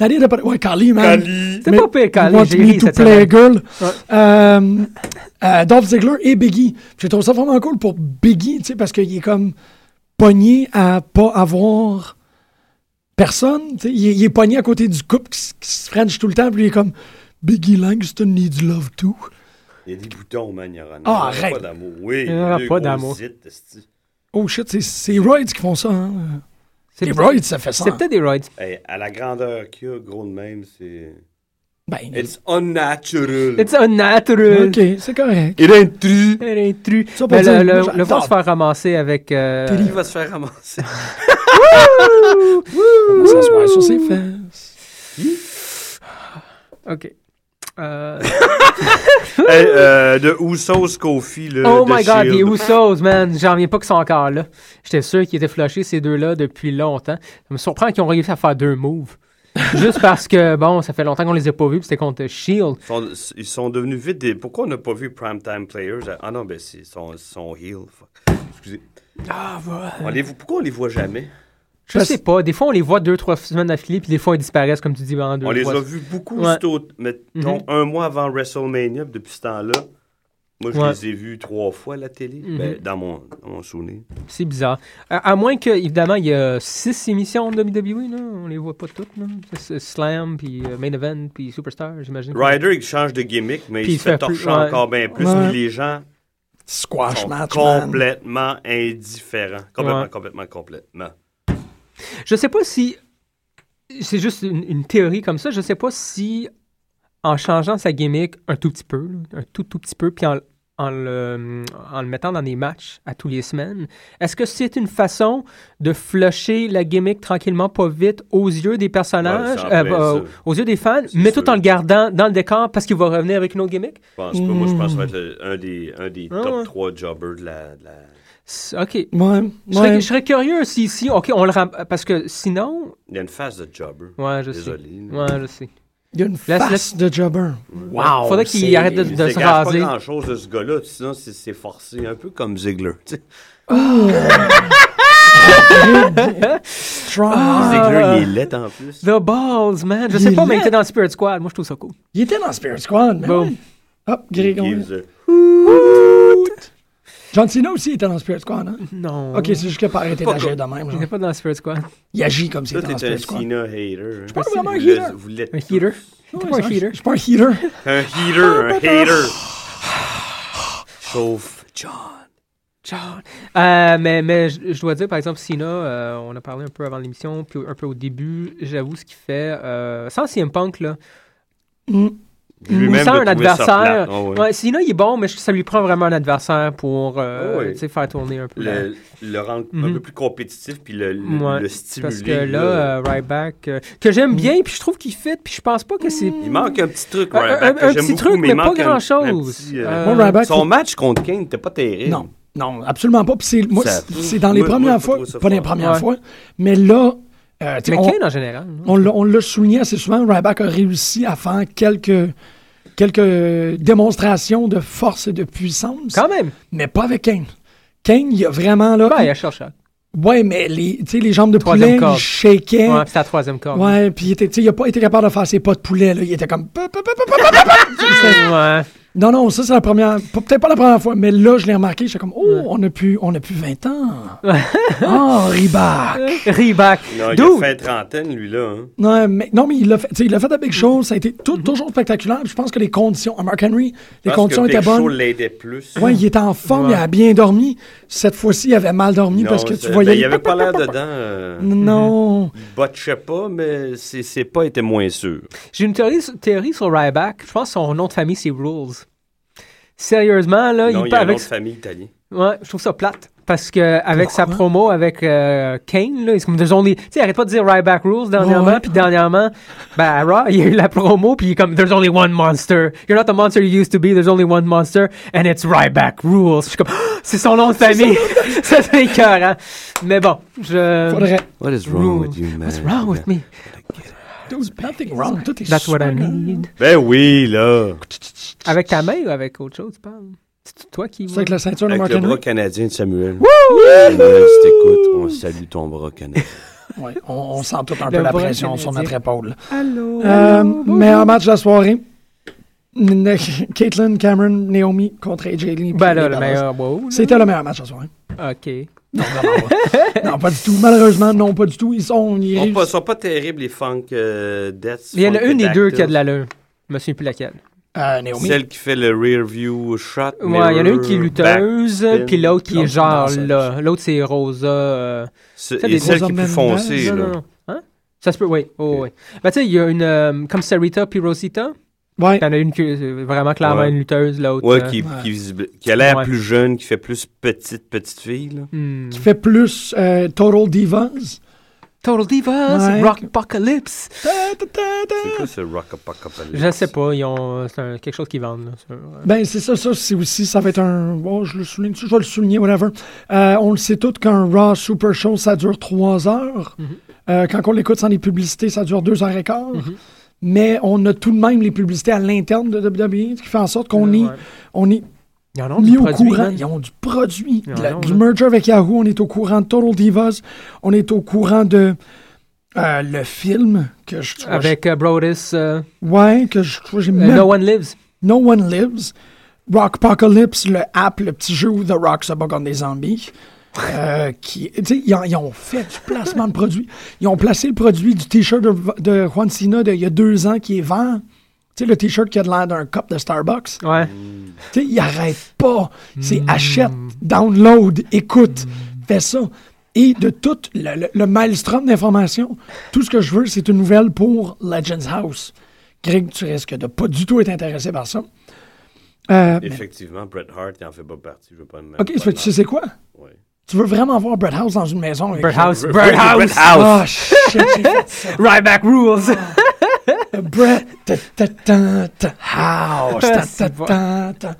Nadi était pas. Ouais, Kali, man.
Kali.
C'est
Mais-
pas pire quand
Want
j'ai
me
ri
to
cette
play
semaine.
girl.
Ouais.
Euh, euh, Dolph Ziggler et Biggie. J'ai trouvé ça vraiment cool pour Biggie, tu sais, parce qu'il est comme pogné à pas avoir personne. tu sais. Il, est- il est pogné à côté du couple qui, s- qui se french tout le temps, puis il est comme Biggie Langston needs love too.
Il y a des boutons, man. Il y aura il y
Ah,
aura
arrête.
pas d'amour. Oui,
Il y aura
deux
pas
gros
d'amour.
zits, esti.
Oh shit, c'est- c'est les Roids qui font ça. hein.
C'est
Les
peut-
Roids, ça fait ça.
c'est peut-être des Roids.
Hey, à la grandeur qu'il y a, gros de même, c'est.
Ben,
It's unnatural.
It's unnatural.
OK, c'est correct.
Il est intrus.
Elle est intrue.
Ça pour
Mais
dire,
Ben, le,
moi,
le,
j'adore.
le voir se faire ramasser avec. euh,
Il va se faire ramasser.
On s'asseoir sur ses fesses.
Ok. Euh,
Hey, euh, de Usos Kofi, là.
oh
de
my god,
Shield.
les Usos, man. J'en reviens pas qu'ils sont encore là. J'étais sûr qu'ils étaient flushés, ces deux-là, depuis longtemps. Ça me surprend qu'ils ont réussi à faire deux moves. Juste parce que, bon, ça fait longtemps qu'on les a pas vus, puis c'était contre Shield.
Ils sont, ils sont devenus vite des. Pourquoi on n'a pas vu Primetime Players? Ah non, ben, c'est- ils sont, ils sont heel. Fuck. Excusez.
Ah, voilà.
On les, pourquoi on les voit jamais?
Je sais pas. Des fois, on les voit deux, trois semaines d'affilée, puis des fois, ils disparaissent, comme tu dis, pendant deux,
On les
trois
a vus beaucoup,
Ouais. Mhm.
cet automne, mettons, un mois avant WrestleMania, puis depuis ce temps-là. Moi, je
Ouais. Mhm.
les ai vus trois fois à la télé, ben, dans, mon, dans mon souvenir.
C'est bizarre. À, à moins que, évidemment, il y a six émissions de WWE, là. on les voit pas toutes. Là. C'est- c'est Slam, puis euh, Main Event, puis Superstar, j'imagine.
Ryder, il change de gimmick, mais
Puis
il se fait torcher
plus- ouais.
encore bien plus,
Ouais.
puis les gens
Squash
sont
match, man.
complètement indifférents. Complètement,
Ouais.
complètement, complètement.
Je sais pas si. C'est juste une, une théorie comme ça. Je sais pas si, en changeant sa gimmick un tout petit peu, là, un tout, tout petit peu, puis en, en le, en le mettant dans des matchs à tous les semaines, est-ce que c'est une façon de flusher la gimmick tranquillement, pas vite, aux yeux des personnages,
Ouais, c'est en plein
euh,
ça.
aux yeux des fans,
C'est
mais
sûr.
tout en le gardant dans le décor parce qu'il va revenir avec une autre gimmick?
Je pense pas. Moi, je pense que ça va être le- un des, un des
Ah
top
ouais.
3 jobbers de la. de la-
C'est- OK.
Ouais,
Je serais,
ouais.
je serais curieux si, si, OK, on le ram... Parce que sinon...
Il y a une phase de jobber.
Ouais, je
Désolé.
sais. Ouais, je sais.
Il y a une
Laisse-
face de jobber.
Ah,
Wow!
Ah, Faudrait qu'il
c'est-
arrête de-
Il
de
se
se
cache pas
raser.
grand chose de ce gars-là, sinon c'est c'est forcé, un peu comme Ziggler. tu sais.
Strong.
Ah,
Ziggler, il est laid en plus.
The Balls, man. Je
Il
sais pas,
est
mais il
laid.
était dans Spirit Squad. Moi, je trouve ça cool.
Il était dans Spirit Squad, mais
Bon.
oui. Hop,
He
Grégon.
gives a-
John Cena aussi était dans Spirit Squad, hein?
Non.
OK, c'est juste qu'il n'a pas arrêté
Pas
d'agir de même.
Il
genre.
n'était pas dans Spirit Squad.
Il agit comme s'il
Toi,
était dans
t'es un
Spirit Squad.
Cena hater. Je
pas vraiment un heater.
Vous l'êtes
Un Oh,
tous.
heater. T'es pas un
Ouais,
heater.
Je suis pas un heater.
Un heater, un hater. Sauf John.
John. Euh, mais, mais je je dois dire, par exemple, Cena, euh, on a parlé un peu avant l'émission, puis un peu au début, j'avoue ce qu'il fait. Euh, sans CM Punk, là,
Lui-même
sans
de
un
trouver ça
adversaire.
plate. Ah ouais.
Ouais, Cena, il est bon, mais je- ça lui prend vraiment un adversaire pour euh,
Ah ouais.
tu sais, faire tourner un peu. la-
Le, le rendre un
Mhm.
peu plus compétitif puis le, le,
Ouais,
le stimuler.
Parce que là, euh, Ryback, euh, que j'aime bien, puis je trouve qu'il fit, puis je pense pas que c'est
Il manque un petit truc,
Un-
Ryback,
un-
que
un
j'aime
petit
beaucoup,
truc,
il
mais pas
manque un-
grand-chose.
un petit, euh,
Euh,
Moi, Ryback,
Son match contre Kane n'était pas terrible.
Non, non, absolument pas. Puis c'est, moi,
Ça-
c'est- c'est dans les
Moi- moi,
premières
je
fois,
trouve ça
pas les
fort.
premières
Ouais.
fois, mais là, euh, tu sais,
Mais
on,
Kane en général. non?
on l'a- on l'a souligné assez souvent, Ryback a réussi à faire quelques, quelques démonstrations de force et de puissance,
Quand même.
mais pas avec Kane. Kane, il a vraiment là.
Ouais, il a cherché.
ouais, mais les, tu sais, les jambes de
Troisième
poulet, il
corde.
shakeait.
Ouais, c'est la troisième corde.
Ouais, puis il était- tu sais, il a pas été capable de faire ses pas de poulet, là. Il était comme. pa, pa, pa, pa, pa, pa, pa.
Ouais.
Non, non, ça, c'est la première. p- Peut-être pas la première fois, mais là, je l'ai remarqué. J'étais comme, oh, on, a plus, on a plus 20 ans. oh, Ribac.
Reback.
Non, il a
Dude.
fait trentaine, lui-là. hein.
Non, mais, non, mais il l'a fait, tu sais, il l'a fait avec
Mm.
Big Show. Ça a été
Mm-hmm.
tout- toujours spectaculaire. puis Je pense que les conditions. À Mark Henry, les
Parce
conditions
que Big
étaient
Show
bonnes.
l'aidait plus.
Ouais, il était en forme, il a bien dormi. Cette fois-ci, il avait mal dormi
Non,
parce que
c'est-
tu voyais.
ben, il avait pas Mm-hmm. l'air dedans. euh,
Non.
Il botchait pas, mais ses, ses pas étaient moins sûrs.
J'ai une théorie, théorie sur Ryback. Je pense que son nom de famille, c'est Rules. Sérieusement, là,
non,
il
il y a
part
une
avec.
autre famille italienne.
Ouais, je trouve ça plate. Parce que avec sa promo avec euh, Kane, là, c'est comme des only. Tu sais, arrête pas de dire Ryback Rules dernièrement,
Ouais.
puis dernièrement, ben, à Raw, il y a eu la promo, puis il est comme There's only one monster. You're not the monster you used to be, there's only one monster, and it's Ryback Rules. Je suis comme, Ah, c'est son nom de famille. ça, c'est écœurant. Mais bon, je.
Faudrait.
What is
wrong with you,
man?
What's wrong with me?
Dude, nothing wrong. Tout est
That's what
super
I
bien.
need.
Ben oui, là.
Avec ta main ou avec autre chose, tu parles? C'est toi qui...
C'est avec la ceinture de
Avec
Mark
le
Henry.
bras canadien de Samuel. Samuel, si t'écoutes, on salue ton bras canadien.
Ouais, on, on sent tout un peu
Le
la
bras
pression sur
canadien.
notre épaule.
Allô?
Euh, meilleur match de la soirée. N- N- Caitlyn, Cameron, Naomi contre AJ Lee.
Ben là,
Les
le
Dallas.
meilleur wow. là.
C'était le meilleur match de la soirée.
OK.
Non, vraiment pas. non, pas du tout. Malheureusement, non, pas du tout. Ils sont. Ils
Ils sont pas,
réussissent.
sont pas terribles, les funk euh, deaths.
Il y en a
funk
une des deux
dactyls.
qui a de l'allure. Je me souviens plus laquelle.
Euh, Naomi.
Celle qui fait le rear view shot.
Ouais, il y en a une qui est
mirror,
lutteuse,
backspin.
puis l'autre qui est
l'autre
genre
danseuse.
là. L'autre, c'est Rosa. euh,
Ce-
Celle
et
des
celle qui
Rosa
est plus
Mendes,
foncée,
non, non,
là.
non. Hein? Ça se peut, oui. Oh,
Ok.
oui. Ben, tu sais, il y a une. euh, comme Sarita puis Rosita,
Ouais.
t'en as une qui est vraiment clairement
Ouais.
une lutteuse, l'autre.
Ouais,
euh,
qui,
Ouais.
qui, visible- qui a l'air
Ouais.
plus jeune, qui fait plus petite, petite fille. Là.
hmm.
Qui fait plus euh, Total Divas.
Total Divas,
Ouais.
Rock Apocalypse.
C'est quoi ce rock apocalypse?
Je sais pas, ils ont. euh, C'est un- quelque chose qu'ils vendent, là. sur, euh,
Ben, c'est ça, ça, c'est aussi, ça va être un. bon, je le souligne, je vais le souligner, whatever. Euh, on le sait tous qu'un Raw Super Show, ça dure trois heures.
Mhm.
Euh, quand on l'écoute sans les publicités, ça dure deux heures et quart.
Mhm.
Mais on a tout de même les publicités à l'interne de WWE, ce qui fait en sorte qu'on est,
ouais.
on est
Ils en ont
mis
du
au
produit,
courant.
man.
Ils ont du produit.
Ils
De
en
la-
ont,
du
là.
merger avec Yahoo, on est au courant de Total Divas. On est au courant de euh, le film que je trouve.
Avec euh, Brodus, euh,
Ouais, que je trouve. j'ai
euh,
même-
No One Lives.
No One Lives, Rockpocalypse, le app, le petit jeu où The Rock se bat contre des zombies. euh, qui, tu sais, ils, ont, ils ont fait du placement de produit. Ils ont placé le produit du T-shirt de, de Juan Cena d'il y a deux ans qui est vert. Tu sais, le T-shirt qui a de l'air d'un cup de Starbucks.
Ouais.
Tu sais, ils n'arrêtent pas. C'est achète, download, écoute, fais ça. Et de tout le, le, le maelstrom d'informations, tout ce que je veux, c'est une nouvelle pour Legends House. Greg, tu risques de pas du tout être intéressé par ça. Euh,
Effectivement, Bret Hart, il en fait pas partie. Je veux pas me
OK,
pas
tu sais-
me-
tu sais quoi?
Ouais.
Tu veux vraiment voir Brett House dans une maison? avec-
Bird House.
Bret-
Bird
Bret
House.
Ah, shit! j'ai fait ça.
Ryback Rules.
Brett ta- ta- ta- ta- House. ta- ta-
C'est bon.
ta- ta.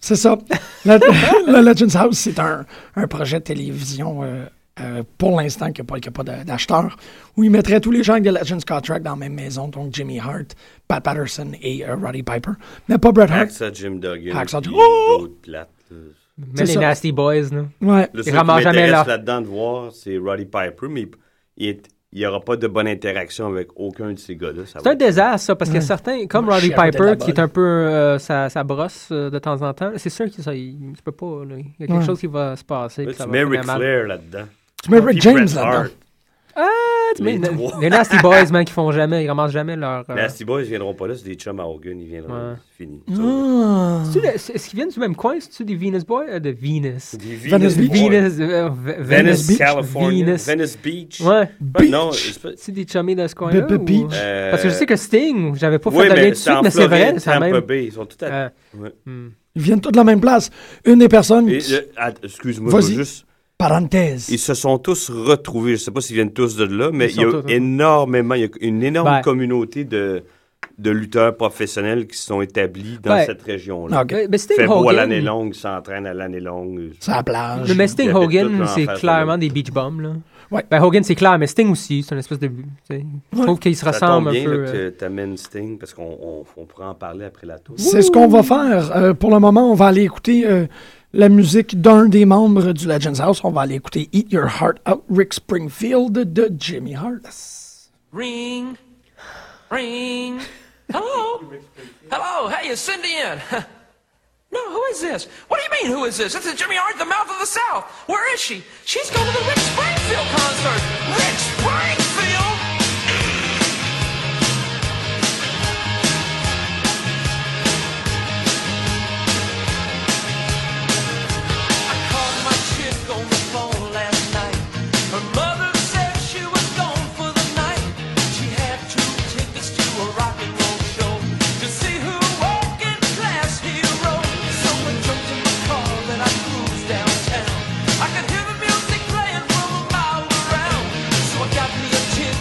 C'est ça. La, la Legends House, c'est un, un projet de télévision euh, euh, pour l'instant qui n'a pas, qui a pas d'a- d'acheteur, où ils mettraient tous les gens avec des Legends Contract dans la même maison, donc Jimmy Hart, Pat Patterson et euh, Roddy Piper, mais pas Bret Hart.
Hacksaw Jim Duggan.
Hacksaw Jim-
puis
Oh!
d'autres plates, là.
Mais
C'est
les
ça.
Nasty Boys, là.
Ouais.
Le
Il
seul qui
ramasse jamais
m'intéresse
leur-
là-dedans de voir, c'est Roddy Piper, mais il- il est- il n'y aura pas de bonne interaction avec aucun de ces gars-là. ça
C'est
va
un
être-
désastre, ça, parce que certains, comme
Moi,
Roddy
je chiale de la
Piper, qui est
balle.
un peu euh, sa, sa brosse euh, de temps en temps, c'est sûr que ça, il, tu peux pas, là. Il y a quelque
Ouais.
chose qui va se passer.
Là,
puis ça
Tu
va
mets
finir
Ric
mal.
Flair là-dedans.
Tu mets Rick
Puis
James
Bret
là-dedans.
Hart.
Ah, tu mets
Les
les,
trois.
les Nasty Boys, man, qui font jamais, ils ramassent jamais leur. euh,
Nasty Boys, ils viendront pas là, c'est des chums à Hogan, ils viendront.
Ouais. Mm.
C'est Fini.
Ah.
c'est-tu le- c'est- Est-ce qu'ils viennent du même coin? C'est-tu des Venus Boys? Euh, de Venus.
Des
Venice Beach.
Boys.
Venus. euh, Ve-
Venice,
Beach.
California.
Venus.
Venice Beach.
Ouais.
Pas- Non,
Beach.
c'est pas-
C'est des chummies de ce coin-là?
Pe- Pe-
ou-
Peach.
euh,
Parce que je sais que Sting, j'avais pas fait
oui,
de lien tout
mais
de
c'est
suite,
en
mais c'est vrai,
Floride,
c'est la
Tampa
même.
Bay, ils sont tout à
Euh,
Ouais.
hmm.
Ils viennent tous de la même place. Une des personnes.
Et
qui-
le- att- Excuse-moi, je
Vas-y.
veux juste.
Parenthèse.
Ils se sont tous retrouvés. Je ne sais pas s'ils viennent tous de là, mais
Ils
il y a
sont tous- hein.
énormément, il y a une énorme
Ben.
communauté de, de lutteurs professionnels qui se sont établis dans
Ouais.
cette région-là.
Ah, OK.
Euh, Mais Sting
Fait beau à
Ben. Hogan.
l'année longue, s'entraînent à l'année longue.
C'est la plage.
Mais, mais
Ils
Sting
habitent tous
Hogan,
l'enfer,
c'est
ça,
clairement
là.
des beach bums. Là.
Ouais.
Ben, Hogan, c'est clair, mais Sting aussi, c'est une espèce de. tu sais, Je trouve qu'il se
Ça tombe
ressemble
bien
un peu.
là,
euh,
que tu amènes Sting, parce qu'on on, on pourra en parler après la tour.
C'est ce qu'on va faire. Euh, pour le moment, on va aller écouter euh, la musique d'un des membres du Legends House. On va aller écouter Eat Your Heart Out, Rick Springfield de Jimmy Hart.
Ring. Ring. Hello. Hello. Hey, it's Cindy in. No, who is this? What do you mean, who is this? This is Jimmy Hart, the mouth of the South. Where is she? She's going to the Rick Springfield concert. Rick Springfield? I called my chick on the phone last night. Her mother said she was gone for the night. She had two tickets to a rock and roll show to see who walking class hero. So I jumped in my car and I cruised downtown. I could hear the music playing from a mile around. So I got me a tin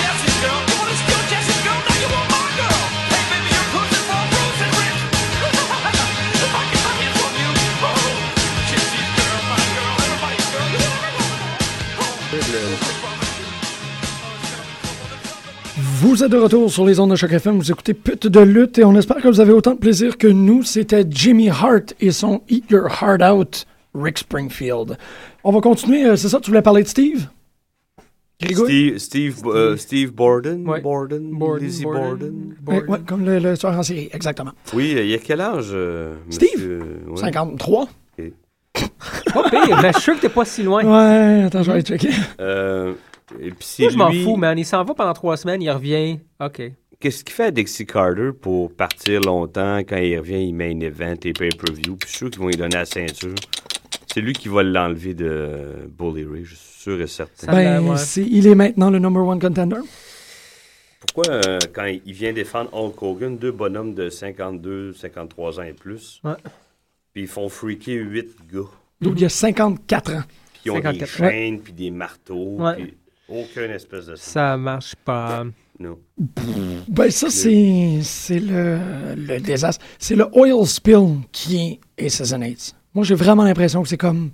Vous êtes de retour sur les ondes de Choc FM, vous écoutez Pute de lutte et on espère que vous avez autant de plaisir que nous. C'était Jimmy Hart et son Eat Your Heart Out, Rick Springfield. On va continuer, euh, c'est ça, tu voulais parler de Steve? Grégoire?
Steve, Steve, euh, Steve Borden,
Ouais.
Borden,
Borden,
Lizzie
Borden.
Borden.
Eh, Ouais, ouais, comme le, le tueur en série, exactement.
Oui, euh, il y a quel âge, euh,
Steve?
monsieur? Ouais.
53?
Pas pire, mais je suis sûr que t'es pas si loin.
Ouais, attends, je vais aller checker.
Euh, et puis c'est
Moi, je m'en
lui-
fous, man. Il s'en va pendant trois semaines, il revient. OK.
Qu'est-ce qu'il fait à Dixie Carter pour partir longtemps? Quand il revient, il met une event, les pay-per-view. Puis je suis sûr qu'ils vont lui donner la ceinture. C'est lui qui va l'enlever de Bully Ray, je suis sûr et certain.
Ça-
Ben,
ouais.
c'est- il est maintenant le number one contender.
Pourquoi, euh, quand il vient défendre Hulk Hogan, deux bonhommes de 52, 53 ans et plus,
Ouais.
puis ils font freaker huit gars,
D'où il y a 54 ans.
puis ils ont
54,
des
ouais.
chaînes, puis des marteaux,
Ouais.
puis aucune espèce de...
Ça marche pas.
Non.
Ben, ça, c'est c'est le, le désastre. C'est le oil spill qui est Aces and Eights. Moi, j'ai vraiment l'impression que c'est comme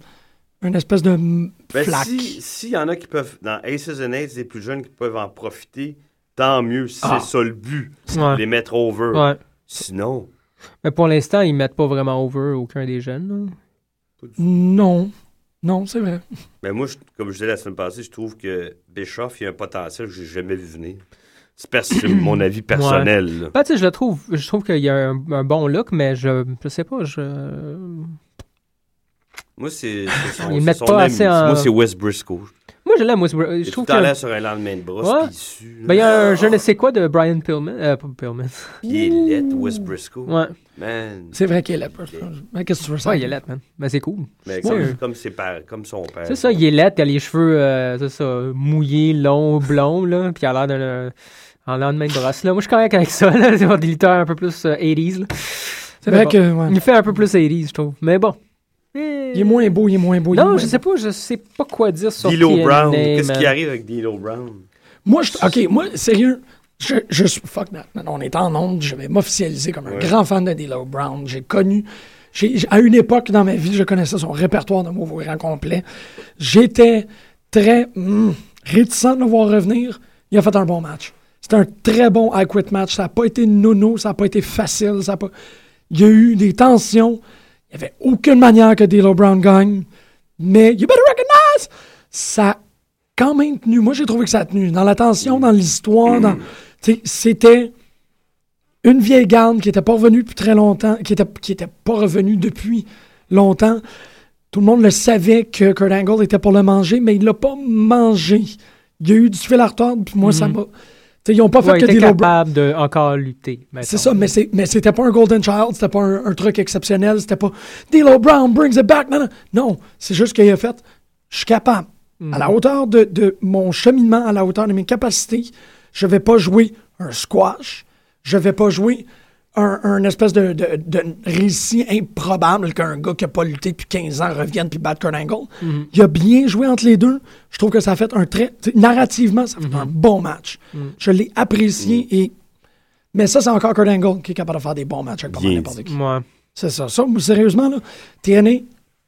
une espèce de m-
Ben,
flaque.
si- s'il y en a qui peuvent, dans Aces and Aces, les plus jeunes qui peuvent en profiter, tant mieux si
Ah.
c'est ça le but,
Ouais.
les mettre over.
Ouais.
Sinon,
Mais pour l'instant, ils mettent pas vraiment over aucun des jeunes. là.
Non. Non, c'est vrai.
ben moi, je- comme je disais la semaine passée, je trouve que Bischoff, il y a un potentiel que j'ai jamais vu venir. C'est pers- c'est mon avis personnel. là.
Ben, tu sais, je le trouve. Je trouve qu'il y a un, un bon look, mais je, je sais pas. Je...
Moi, c'est c'est son,
Ils
c'est
mettent
son
pas
ami.
assez en-
Moi, c'est Wes Briscoe.
Moi, je l'aime. moi, c'est-
Il
Je
est tout
trouve
le temps
que.
là sur un lendemain de brosse,
Ouais.
puis il sue. là. Ah,
Ben, il y a un je ne sais quoi de Brian Pillman. Euh, pas Pillman.
Il est laid, Wes Briscoe.
Ouais.
Man.
C'est vrai qu'il est là. Ben, Qu'est-ce que tu veux ça?
Ouais, il est laid, man. Mais c'est cool.
Mais
Ouais.
comme, comme, ses par- comme son père.
C'est ça, il est laid, il a les cheveux euh, c'est ça, mouillés, longs, blonds, là, puis il a l'air d'un. euh, En lendemain de brosse, là. Moi, je suis correct avec ça, là. C'est des lutteurs un peu plus euh, 80s, là.
C'est
Mais
vrai
bon.
que. ouais.
Il fait un peu plus 80s, je trouve. Mais bon.
Il est moins beau, il est moins beau. il est
Non,
moins
je
beau.
sais pas, je sais pas quoi dire sur
D'Lo
TNA,
Brown.
man.
Qu'est-ce qui arrive avec D'Lo Brown?
Moi, je, OK, moi, sérieux, je, je suis... Fuck that, man. On est en onde. Je vais m'officialiser comme un
Ouais.
grand fan de D'Lo Brown. J'ai connu... j'ai- j'ai- à une époque dans ma vie, je connaissais son répertoire de mots grand complet. J'étais très hum, réticent de le voir revenir. Il a fait un bon match. C'était un très bon I Quit match. Ça n'a pas été nono, ça n'a pas été facile. Ça a pas... Il y a eu des tensions. Il n'y avait aucune manière que D'Lo Brown gagne. Mais you better recognize! Ça a quand même tenu. Moi, j'ai trouvé que ça a tenu. Dans la tension, dans l'histoire, dans... tu sais, c'était une vieille garde qui n'était pas revenue depuis très longtemps, qui n'était qui était pas revenue depuis longtemps. Tout le monde le savait que Kurt Angle était pour le manger, mais il l'a pas mangé. Il y a eu du fil à retordre, puis moi, ça m'a... Tu sais, Ils n'ont pas fait
Mm-hmm. Ouais, il
que
était
D'Lo Brown...
capable de encore lutter.
C'est ça, mais c'est- mais c'était pas un Golden Child, c'était pas un, un truc exceptionnel, c'était pas D'Lo Brown brings it back. Non, non, Non, c'est juste qu'il a fait je suis capable. À la hauteur de, de mon cheminement, à la hauteur de mes capacités, je vais pas jouer un squash, je vais pas jouer un, un espèce de, de- de récit improbable qu'un gars qui a pas lutté depuis 15 ans revienne puis batte Kurt Angle. Il a bien joué entre les deux. Je trouve que ça a fait un très... tu sais, Narrativement, ça a fait un bon match. Je l'ai apprécié et mais ça, c'est encore Kurt Angle qui est capable de faire des bons matchs avec pas mal
Bien
n'importe qui.
Moi,
C'est ça. Ça, moi, sérieusement, là, TNA,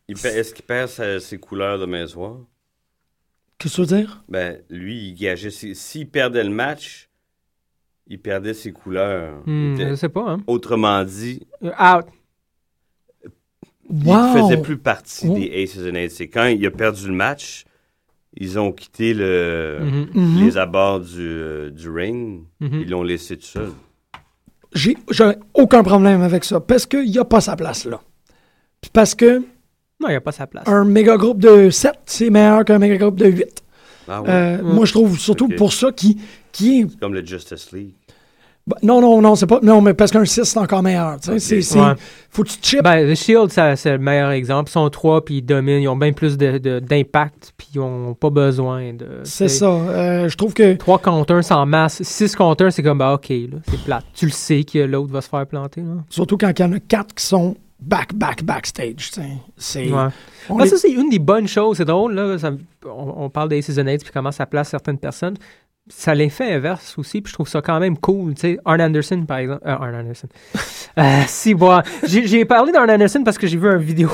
Il pa- Est-ce qu'il perd sa- ses couleurs de mes soirs?
qu'est-ce que tu veux dire?
Ben, lui, il gageait. ses- S'il perdait le match, il perdait ses couleurs. Il était-
je sais pas. Hein.
Autrement dit,
Euh, Out.
il
Wow!
faisait plus partie
Oh.
des Aces and Aces. C'est quand il a perdu le match, ils ont quitté le,
Mhm.
Mhm.
les abords du, euh, du ring.
Mhm.
Ils l'ont laissé tout seul.
J'ai j'ai aucun problème avec ça parce qu'il n'y a pas sa place là. Puis parce que
Non, il n'y a pas sa place.
un méga groupe de 7, c'est meilleur qu'un méga groupe de 8.
Ah ouais,
Euh, Moi, je trouve surtout
Ok.
pour ça qui, qui est.
c'est comme le Justice League.
bah, Non, non, non, c'est pas. Non, mais parce qu'un 6, c'est encore meilleur. tu sais. C'est- c'est-
Ouais.
Faut que tu chips.
Ben, The Shield, ça, c'est le meilleur exemple. Ils sont trois, puis ils dominent. Ils ont bien plus de- de- d'impact, puis ils n'ont pas besoin de.
c'est
tu sais,
ça. Euh, je trouve que.
Trois contre un, sans masse. Six contre un, c'est comme, ben, OK, là, c'est plate. Tu le sais que l'autre va se faire planter. Là.
Surtout quand il y en a 4 qui sont back, back, backstage. tu sais. C'est.
Ouais.
on
Ben,
les-
Ça, c'est une des bonnes choses. C'est drôle, là. ça- on, on parle des Season 8 puis comment ça place certaines personnes. ça a l'effet inverse aussi, puis je trouve ça quand même cool. Tu sais, Arn Anderson, par exemple. Euh, Arn Anderson. Euh, si, bon, j'ai j'ai parlé d'Arn Anderson parce que j'ai vu une vidéo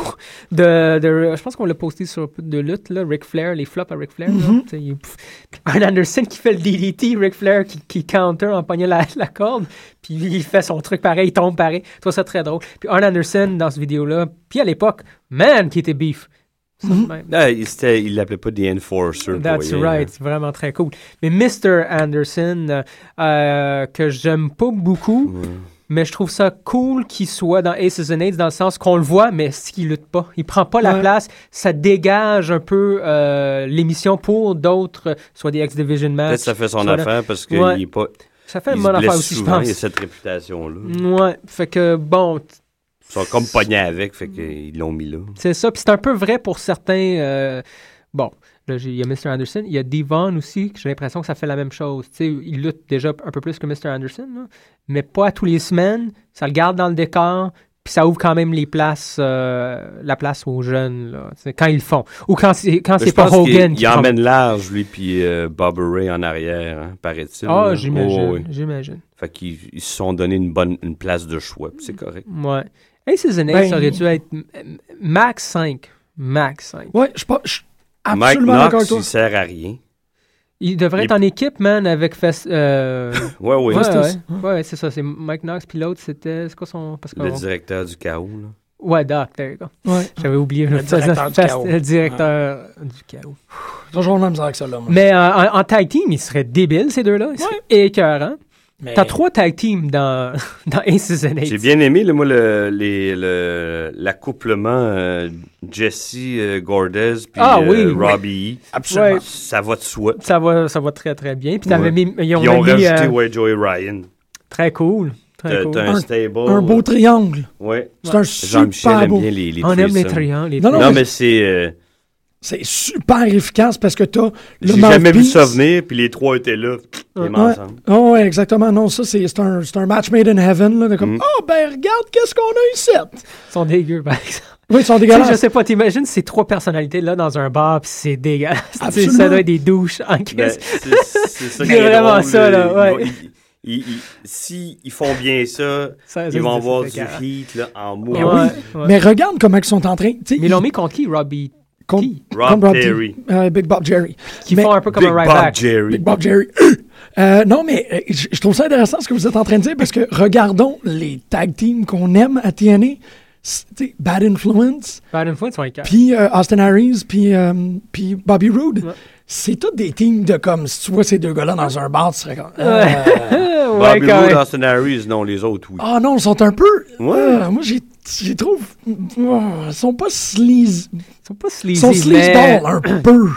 de. de- je pense qu'on l'a posté sur de lutte, là. Ric Flair, les flops à Ric Flair. là.
Mhm.
Tu sais, il- pff. Arn Anderson qui fait le DDT, Ric Flair qui, qui counter en pognant la, la corde, puis il fait son truc pareil, il tombe pareil. Je trouve ça très drôle. Puis Arn Anderson dans cette vidéo-là, puis à l'époque, man, qui était beef. Ça de même.
Non, Ah, il c'était- il l'appelait pas des enforcers. pour
That's
rien,
right,
hein.
c'est vraiment très cool. Mais Mr. Anderson, euh, euh, que j'aime pas beaucoup, mais je trouve ça cool qu'il soit dans Aces and Aids dans le sens qu'on le voit, mais ce qu'il lutte pas, il prend pas la
Ouais.
place, ça dégage un peu euh, l'émission pour d'autres, euh, soit des X Division
Peut-être
matchs.
que ça fait son
soit le-
affaire parce qu'il
Ouais.
est pas.
Ça fait
il
une
se
bonne affaire
blesse
aussi, je
souvent, Il a
pense. Hmm.
cette réputation-là.
Ouais, fait que bon, t-
Ils sont comme pognés avec, fait qu'ils l'ont mis là.
c'est ça, puis c'est un peu vrai pour certains. euh, bon. Là, j'ai- il y a Mr. Anderson, il y a Devon aussi, que j'ai l'impression que ça fait la même chose. Tu sais, il lutte déjà un peu plus que Mr. Anderson, là, mais pas à tous les semaines. Ça le garde dans le décor, puis ça ouvre quand même les places, euh, la place aux jeunes, là, tu sais, quand ils le font. Ou quand c'est, quand
Mais
c'est
je
pas
pense qu'il-
Hogan
Il,
qui prend-
emmène large, lui, puis euh, Bob Ray en arrière, hein, paraît-il.
Ah,
là.
j'imagine,
Oh, oui.
j'imagine.
Fait qu'ils ils se sont donné une bonne une place de choix, puis c'est correct.
Ouais. Hey, ces années,
Ben-
ça aurait dû être m- m- max 5. Max 5.
Oui, je suis pas- je suis
Mike
absolument d'accord avec
Knox,
toi.
il sert à rien.
Il devrait
Il-
être en équipe, man, avec Fest. euh,
Ouais, oui.
ouais, ouais,
Festus.
Ouais, c'est ça. C'est Mike Knox, puis l'autre, c'était. C'est quoi son. Parce
Le
qu'on-
directeur du chaos, là.
Ouais, Doc, there you go.
Ouais.
J'avais oublié.
Le
je faisais
directeur du
Fast-
chaos.
Le directeur du chaos.
Toujours la misère avec ça, là. moi.
Mais euh, en, en tag team, ils seraient débiles, ces deux-là. Ils seraient écœurants.
Mais-
T'as trois tag teams dans, dans Aces and Eights.
J'ai bien aimé, le, moi, le- les- le- l'accouplement euh, Jesse euh, Gordez puis
Ah,
euh,
oui.
Robbie.
Absolument. Ouais.
Ça va de soi.
Ça va, ça va très, très bien. Puis t'avais
Ouais.
mis. Ils
Ils
ont,
ont,
mis,
rajouté
euh,
ouais, Joey Ryan.
Très cool. Très
T'as
cool.
t'as un,
Un-
stable. euh,
Un beau triangle.
ouais.
C'est un
Oh. Jean-Michel
super
aime
beau.
bien les, les
On aime les
threesomes.
triangles. les
Non, non,
Non,
triangles.
mais c'est. euh,
C'est super efficace parce que t'as le
J'ai jamais vu
mouthpiece.
ça venir, hein. puis les trois étaient là.
Ouais.
les mains
Ouais.
ensemble.
Oh, ouais, exactement. Non, ça, c'est c'est un, c'est un match made in heaven. Là, de comme,
Mm.
oh, ben, regarde, qu'est-ce qu'on a ici.
Ils sont dégueux, par exemple.
Oui, ils sont
Tu sais, Je
dégueulasses.
sais pas, t'imagines ces trois personnalités-là dans un bar, pis c'est dégueulasse. Tu sais,
Absolument.
ça doit être des douches en
Ben,
caisse.
c'est c'est ça qui
C'est
est
vraiment
drôle, euh,
ça, là,
ils vont-
ouais.
ils- ils- ils- Si ils font bien ça,
Ça, ça,
ils vont
c'est-
avoir
c'est
du
écœurant. Ah
heat là,
Ouais,
en mouille.
ouais.
Mais regarde comment ils sont en train. tu sais,
Mais ils l'ont
ils-
mis contre qui, Robbie?
contre-
qui?
Rob
contre Rob
Terry.
T- euh, Big Bob Jerry.
Qui
Mais-
font un peu comme
Big
un right
Bob
back.
Jerry.
Big Bob Jerry. Euh, non, mais euh, je je trouve ça intéressant ce que vous êtes en train de dire parce que regardons les tag teams qu'on aime à TNA. C'est- tu sais, Bad Influence,
Bad Influence sont écœurants.
puis euh, Austin Harris, puis euh, puis Bobby Roode. C'est tous des teams de comme, si tu vois ces deux gars-là dans un bar, tu serais comme... euh,
Ouais,
Bobby
quand
Roode,
même.
Austin Harris, non, les autres, oui.
Ah non, ils sont un peu...
Ouais.
euh, moi, j'y j'y trouve... oh, ils sont pas sleaze...
Ils sont pas
Ils
sleazy,
sont
mais-
sleazeball un peu.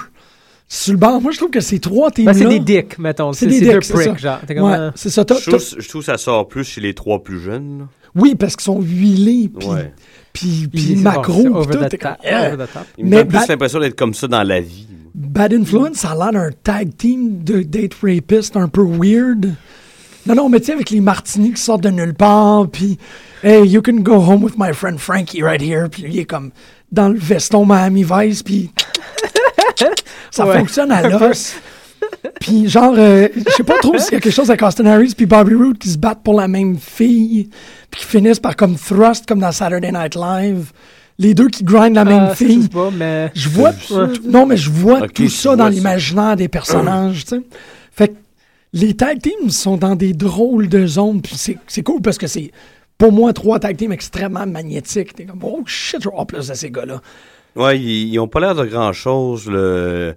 Sur le banc, moi, je trouve que ces trois teams-là...
Ben, c'est des dicks, mettons.
C'est
C'est
des
c'est deux
dicks, c'est ça.
pricks, genre. T'es comme,
Ouais,
euh,
c'est ça. T'as-
Je trouve, je trouve que ça sort plus chez les trois plus jeunes. là.
Oui, parce qu'ils sont huilés, puis,
Ouais.
puis,
il-
puis
c'est-
macro,
oh, c'est
puis
over
tout.
the
t'es
top,
comme, euh,
over the top.
Ils me
Mais
donnent
Bat-
plus l'impression d'être comme ça dans la vie. moi.
Bad Influence, ça a l'air d'un tag team de date rapist un peu weird. Non, non, mais tu sais, avec les martinis qui sortent de nulle part, puis « Hey, you can go home with my friend Frankie right here », puis il est comme dans le veston Miami Vice, puis ça
Ouais.
fonctionne à l'os. Puis genre, euh, je sais pas trop s'il y a quelque chose avec Austin Harris puis Bobby Roode qui se battent pour la même fille, puis qui finissent par comme thrust, comme dans Saturday Night Live. Les deux qui grindent la même
Ah, ça, Je
fille.
sais pas, mais...
Je vois
Ouais.
tout- non mais je vois
Ok,
tout
tu
ça
vois
dans
ça.
l'imaginaire des personnages, tu sais. Fait que les tag teams sont dans des drôles de zones, puis c'est, c'est cool parce que c'est pour moi trois tag teams extrêmement magnétiques. T'es comme oh shit, je vais avoir plus de ces gars-là.
Ouais, ils ils ont pas l'air de grand-chose, le...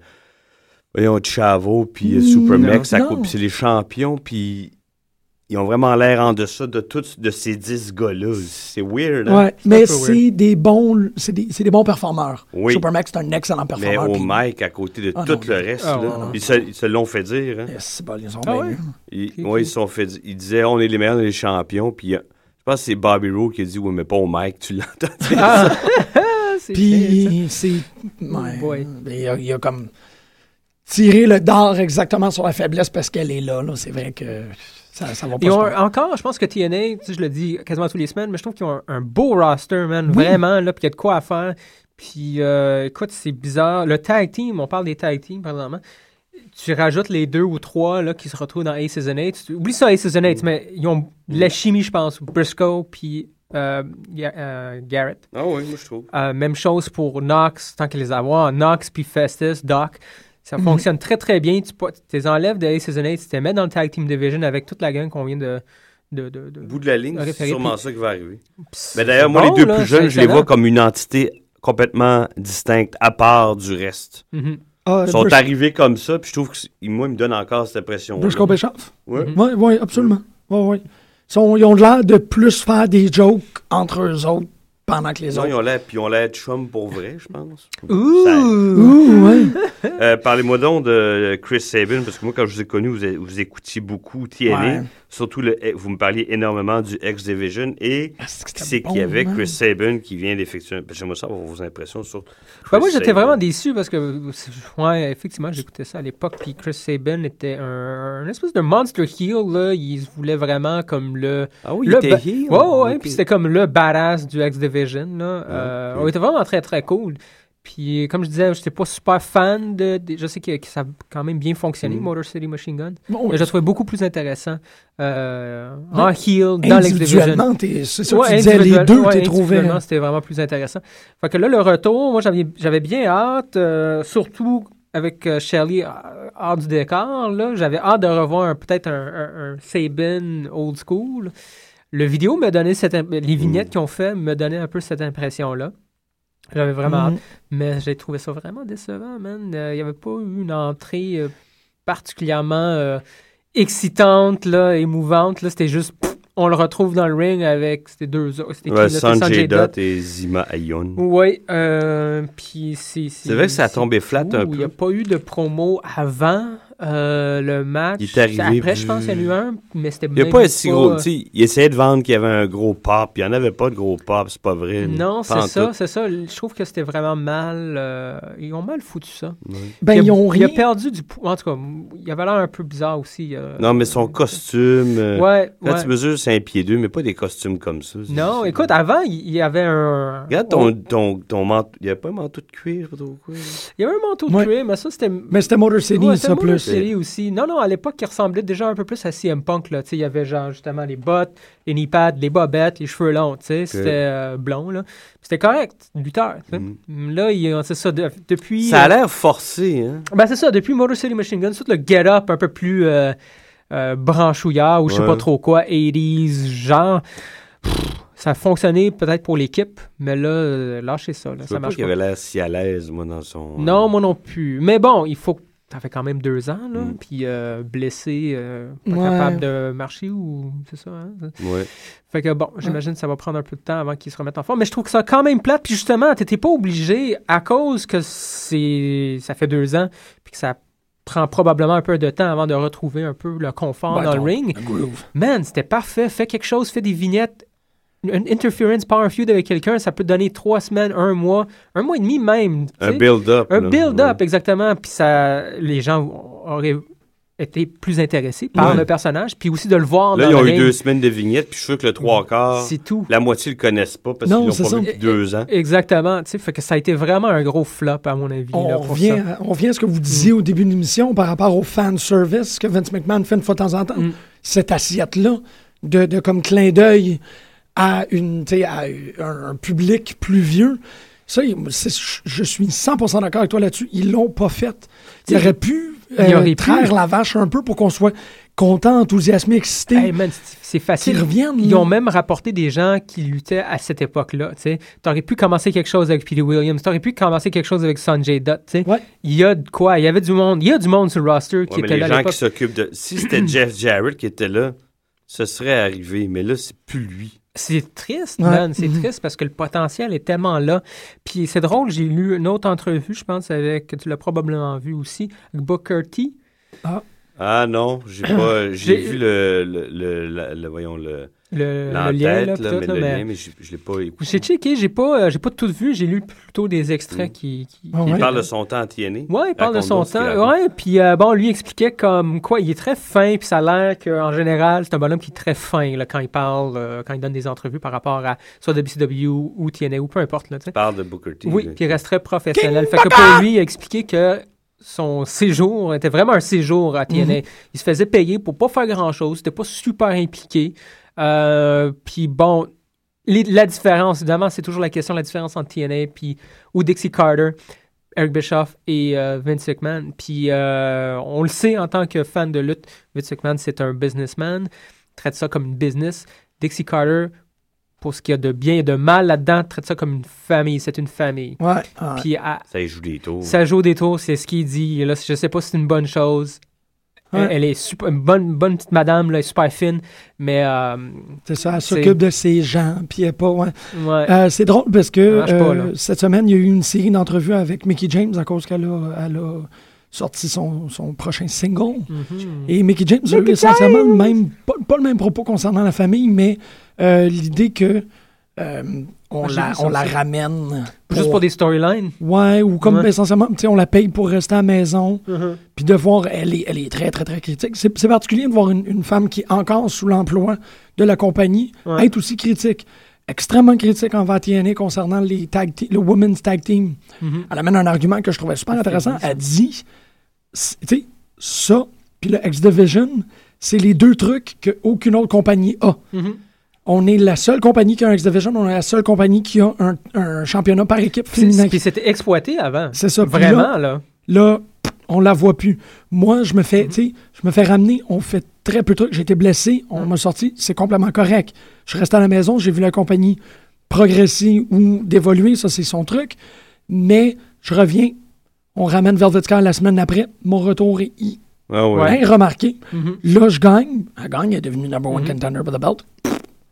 Voyons, Chavo, puis euh, Supermax,
Hmm, Non.
ça coupe, puis c'est les champions, puis ils ont vraiment l'air en deçà de tous de ces dix gars-là. C'est weird, hein?
Ouais, mais
peu weird.
c'est des bons, c'est des, c'est des bons performeurs.
Oui.
Supermax c'est un excellent
Mais
performeur.
au
puis-
Mike, à côté de
Ah,
tout
non.
le reste,
Ah,
là,
non, non.
ils se- ils se l'ont fait dire, hein?
Eh, c'est bon, ils sont
Ah
bien
ouais?
mieux.
Ils,
Qui-
ouais,
qui-
ils se sont fait, di- ils disaient on est les meilleurs, on est les champions. Puis euh, je pense que c'est Bobby Roode qui a dit oui, mais pas au Mike, tu l'entends. dire ça.
c'est chiant,
Puis c'est. ouais.
boy.
Mais Il, a, il a comme tiré le dard exactement sur la faiblesse parce qu'elle est là. là. C'est vrai que ça, ça va pas.
Ils
se
ont
passer.
un- encore, je pense que TNA, tu sais, je le dis quasiment tous les semaines, mais je trouve qu'ils ont un, un beau roster, man. Vraiment, là, puis il y a de quoi à faire. Puis, euh, écoute, c'est bizarre. Le tag team, on parle des tag teams, par exemple. tu rajoutes les deux ou trois là, qui se retrouvent dans Ace Season 8. Tu- Oublie ça, Ace Season 8, mais ils ont de la chimie, je pense. Briscoe, puis euh, Ga- euh, Garrett.
Ah oui, moi je trouve.
Euh, même chose pour Knox, tant qu'ils les avoir. Knox puis Festus, Doc. Ça fonctionne très très bien. Tu po- tu les enlèves de Ace Season 8, tu les mets dans le Tag Team Division avec toute la gang qu'on vient de. de, de, de-
Au bout de la ligne,
Référé,
c'est sûrement
puis-
ça qui va arriver.
c'est
Mais d'ailleurs, moi,
bon,
les deux
là,
plus
c'est
jeunes, je les vois
excellent.
comme une entité complètement distincte, à part du reste.
Mhm.
Ah,
Ils sont
Brus-
arrivés comme ça, puis je trouve que c'est- moi, ils me donnent encore cette impression.
Briscoe Bischoff?
Ouais.
Oui, oui, Mhm. absolument. Oui, oui. Ils, sont- ils ont l'air de plus faire des jokes entre eux autres pendant que les
Non, ils
autres.
ont l'air, puis ils ont l'air chum pour vrai, je pense.
Ouh, ouais.
Ça- euh, Parlez-moi donc de Chris Sabin, parce que moi, quand je vous ai connu, vous, a- vous écoutiez beaucoup TNA.
Ouais.
Surtout, le, vous me parliez énormément du X-Division et
Ah,
qui c'est qu'il y avait
man.
Chris Sabin qui vient d'effectuer. un- J'aimerais savoir vos impressions sur. Chris
Ben, moi, j'étais
Sabin.
vraiment déçu parce que, euh, c'est- ouais, effectivement, j'écoutais ça à l'époque. Puis Chris Sabin était un, un espèce de monster heel. Là. Il se voulait vraiment comme le.
Ah oui,
le
il était
ba-
heel.
Ouais, ouais, ouais,
Ok.
Puis c'était comme le badass du X-Division. Là. Euh,
ok.
On était vraiment très, très cool. Puis, euh, comme je disais, j'étais pas super fan de. de- je sais que, que ça a quand même bien fonctionné,
Mm.
Motor City Machine Gun.
Bon,
Mais je le trouvais beaucoup plus intéressant euh, en
Ouais.
heel dans l'X-Division.
individuellement, t'es- c'est ça que
Ouais,
tu disais, les
individuel-
deux,
ouais,
t'es hein. trouvé.
individuellement, C'était vraiment plus intéressant. Fait que là, le retour, moi, j'avais j'avais bien hâte, euh, surtout avec euh, Shelley euh, hors du décor. là, J'avais hâte de revoir un- peut-être un, un- un Sabin old school. Le vidéo me donnait cette... imp- Les
Mm.
vignettes qu'ils ont fait me donnaient un peu cette impression-là. J'avais vraiment
Mm-hmm.
hâte. Mais j'ai trouvé ça vraiment décevant, man. Euh, Il n'y avait pas eu une entrée euh, particulièrement euh, excitante, là, émouvante. Là. C'était juste, pff, on le retrouve dans le ring avec ces deux autres. C'était qui,
Ouais,
là? C'était
Sanjay Dutt et Zima Ayon.
Oui, euh, puis c'est...
C'est vrai que ça a tombé flat un
fou. Il n'y a
peu.
pas eu de promo avant euh, le match.
Il est arrivé,
Après, je pense qu'il y en a eu un, mais c'était
Il n'y a
même
pas un si gros.
euh,
tu sais, il essayait de vendre qu'il y avait un gros pop. Il n'y en avait pas de gros pop, c'est pas vrai.
Non,
Pas
c'est
en
ça,
tout.
c'est ça. Je trouve que c'était vraiment mal... euh, ils ont mal foutu ça.
Ben,
il, a,
ils ont
il a
rien.
perdu du poids. En tout cas, il avait l'air un peu bizarre aussi. euh,
Non, mais son costume. euh,
Ouais,
Quand
ouais.
tu mesures, c'est un pied deux, mais pas des costumes comme ça. C'est-
Non,
c'est-
écoute, avant, il il y avait un.
Regarde ton, ton, ton manteau. Il n'y avait pas un manteau de cuir, je sais pas trop quoi. là.
Il y avait un manteau de
Ouais.
cuir, mais ça, c'était.
Mais c'était Motor City,
Ouais, c'était
ça,
Motor
plus.
City aussi. Non, non, à l'époque, il ressemblait déjà un peu plus à CM Punk. Là. Tu sais, Il y avait genre justement les bottes, les knee pads, les bobettes, les cheveux longs. tu sais. C'était euh, blond. là. C'était correct, lutteur. tu sais. Là, il- c'est ça. de- depuis.
Mm. Ça
euh,
a l'air forcé, hein?
Ben, c'est ça, depuis Motor City Machine Gun, tout le get-up un peu plus euh, euh, branchouillard ou je sais
Ouais.
pas trop quoi, 80s, genre. pff, ça a fonctionné peut-être pour l'équipe, mais là, euh, lâchez ça. là,
Je
ça
vois pas
marche
qu'il
pas.
avait l'air si à l'aise, moi, dans son.
Non, moi non plus. Mais bon, il faut. Ça fait quand même deux ans, là.
Mm.
Puis euh, blessé, euh, pas
Ouais.
capable de marcher ou. C'est ça, hein?
Ouais.
Fait que bon, j'imagine que ça va prendre un peu de temps avant qu'ils se remettent en forme. Mais je trouve que ça a quand même plate. Puis justement, t'étais pas obligé à cause que c'est ça fait deux ans puis que ça prend probablement un peu de temps avant de retrouver un peu le confort
Ben,
dans le
ton-
ring.
le groove.
Man, c'était parfait. Fais quelque chose, fais des vignettes. Une interference power feud avec quelqu'un, ça peut donner trois semaines, un mois, un mois et demi même. tu
Un
sais.
build-up.
Un
là.
build-up, exactement. Puis ça, les gens auraient été plus intéressés par
Ouais.
le personnage, puis aussi de le voir
Ouais. Là,
dans
ils ont
le
eu
ring.
deux semaines de vignettes, puis je suis sûr que le trois quarts,
C'est tout.
la moitié le connaissent pas parce qu'ils
Non,
l'ont
c'est
pas
ça.
vu depuis deux ans.
Exactement. Tu sais, fait que ça a été vraiment un gros flop, à mon avis. là,
On
pour
revient,
ça. Mm.
à, on revient à ce que vous disiez au début de l'émission par rapport au fan service que Vince McMahon fait une fois de temps en temps.
Mm.
Cette assiette-là, de, de comme clin d'œil à, une, tu sais, à un, un public plus vieux, ça, il- c'est- je- je suis 100% d'accord avec toi là-dessus. Ils l'ont pas fait. Ils auraient pu euh,
il aurait pu.
traire la vache un peu pour qu'on soit content, enthousiasmé, excité.
Hey, man, c'est c'est facile.
Qu'ils reviennent,
Ils
là.
ont même rapporté des gens qui luttaient à cette époque-là. Tu sais. T'aurais pu commencer quelque chose avec Petey Williams. T'aurais pu commencer quelque chose avec Sanjay Dutt. tu sais.
Ouais.
Il y a de quoi. Il y avait du monde. Il y a du monde sur le roster
Ouais,
qui
mais
était
les
là à
gens qui
l'époque.
s'occupent de. Si c'était Jeff Jarrett qui était là, ce serait arrivé. Mais là, c'est plus lui.
C'est triste,
Ouais. Mm-hmm.
man. C'est triste parce que le potentiel est tellement là. Puis c'est drôle, j'ai lu une autre entrevue, je pense, avec, tu l'as probablement vu aussi, avec Booker T.
Ah non, j'ai pas. J'ai
J'ai- Euh,
vu le, le, le, la- le- voyons le
Le, le lien, là,
l'entête
puis
là,
tout,
mais
là,
le
mais-
lien, mais j'ai- je l'ai pas écouté.
J'ai checké, j'ai pas, euh, j'ai pas tout vu, j'ai lu plutôt des extraits qui. qui-
Ah
qui-
Il
ouais.
parle de son temps à TNA.
Ouais, il parle de son
Raconte-nous ce qu'il
temps.
raconte.
Ouais, puis euh, bon, lui expliquait comme quoi il est très fin, puis ça a l'air qu'en général, c'est un bonhomme qui est très fin là, quand il parle, euh, quand il donne des entrevues par rapport à soit WCW ou TNA ou peu importe. Là, tu sais.
Il parle de Booker T.
Oui,
là.
puis il resterait professionnel. Fait que pour lui, il a expliqué que son séjour était vraiment un séjour à TNA.
Mhm.
Il se faisait payer pour pas faire grand-chose, c'était pas super impliqué. Euh, puis bon, les- la différence, évidemment, c'est toujours la question de la différence entre TNA puis, ou Dixie Carter, Eric Bischoff et euh, Vince McMahon. Puis euh, on le sait en tant que fan de lutte, Vince McMahon, c'est un businessman, traite ça comme une business. Dixie Carter, pour ce qu'il y a de bien et de mal là-dedans, traite ça comme une famille, c'est une famille.
Ouais, ouais.
Puis à-
Ça y joue des tours.
ça joue des tours, c'est ce qu'il dit. Là, je sais pas si c'est une bonne chose. Elle-
Ouais.
Elle est super, une bonne, bonne petite madame, là, elle est super fine, mais euh,
C'est ça, elle
C'est-
s'occupe de ses gens, puis elle est pas. ouais.
ouais.
Euh, c'est drôle parce que
marche pas, là.
euh, cette semaine, il y a eu une série d'entrevues avec Mickey James à cause qu'elle a, elle a sorti son, son prochain single.
Mhm.
Et Mickey James a eu essentiellement le même, pas, pas le même propos concernant la famille, mais euh, l'idée que euh, on,
Ah, j'ai
la,
vu ça
on la
aussi.
ramène.
juste pour des storylines.
Ouais, ou comme
Ouais. Mm-hmm.
essentiellement, tu sais, on la paye pour rester à la maison. Puis de voir, elle est, elle est très, très, très critique. C'est c'est particulier de voir une, une femme qui est encore sous l'emploi de la compagnie
Ouais.
être aussi critique. Extrêmement critique envers TNA concernant les tag te- le Women's Tag Team.
Mm-hmm.
Elle amène un argument que je trouvais super intéressant. Elle dit, c'est- tu sais, ça, puis le X-Division, c'est les deux trucs qu'aucune autre compagnie a.
Mm-hmm.
On est la seule compagnie qui a un X-Division, on est la seule compagnie qui a un, un championnat par équipe
C'est-
féminin.
Puis c'était exploité avant.
C'est ça, puis
Vraiment, là.
Là, on la voit plus. Moi, je me fais, tu sais, je me fais ramener. On fait très peu de trucs. J'ai été blessé. On m'a sorti. C'est complètement correct. Je suis resté à la maison. J'ai vu la compagnie progresser ou d'évoluer. Ça, c'est son truc. Mais je reviens. On ramène Velvet Sky la semaine d'après. Mon retour est i-
Ah ouais.
bien remarqué. Là, je gagne. Elle gagne. Elle est devenue number one contender for the belt.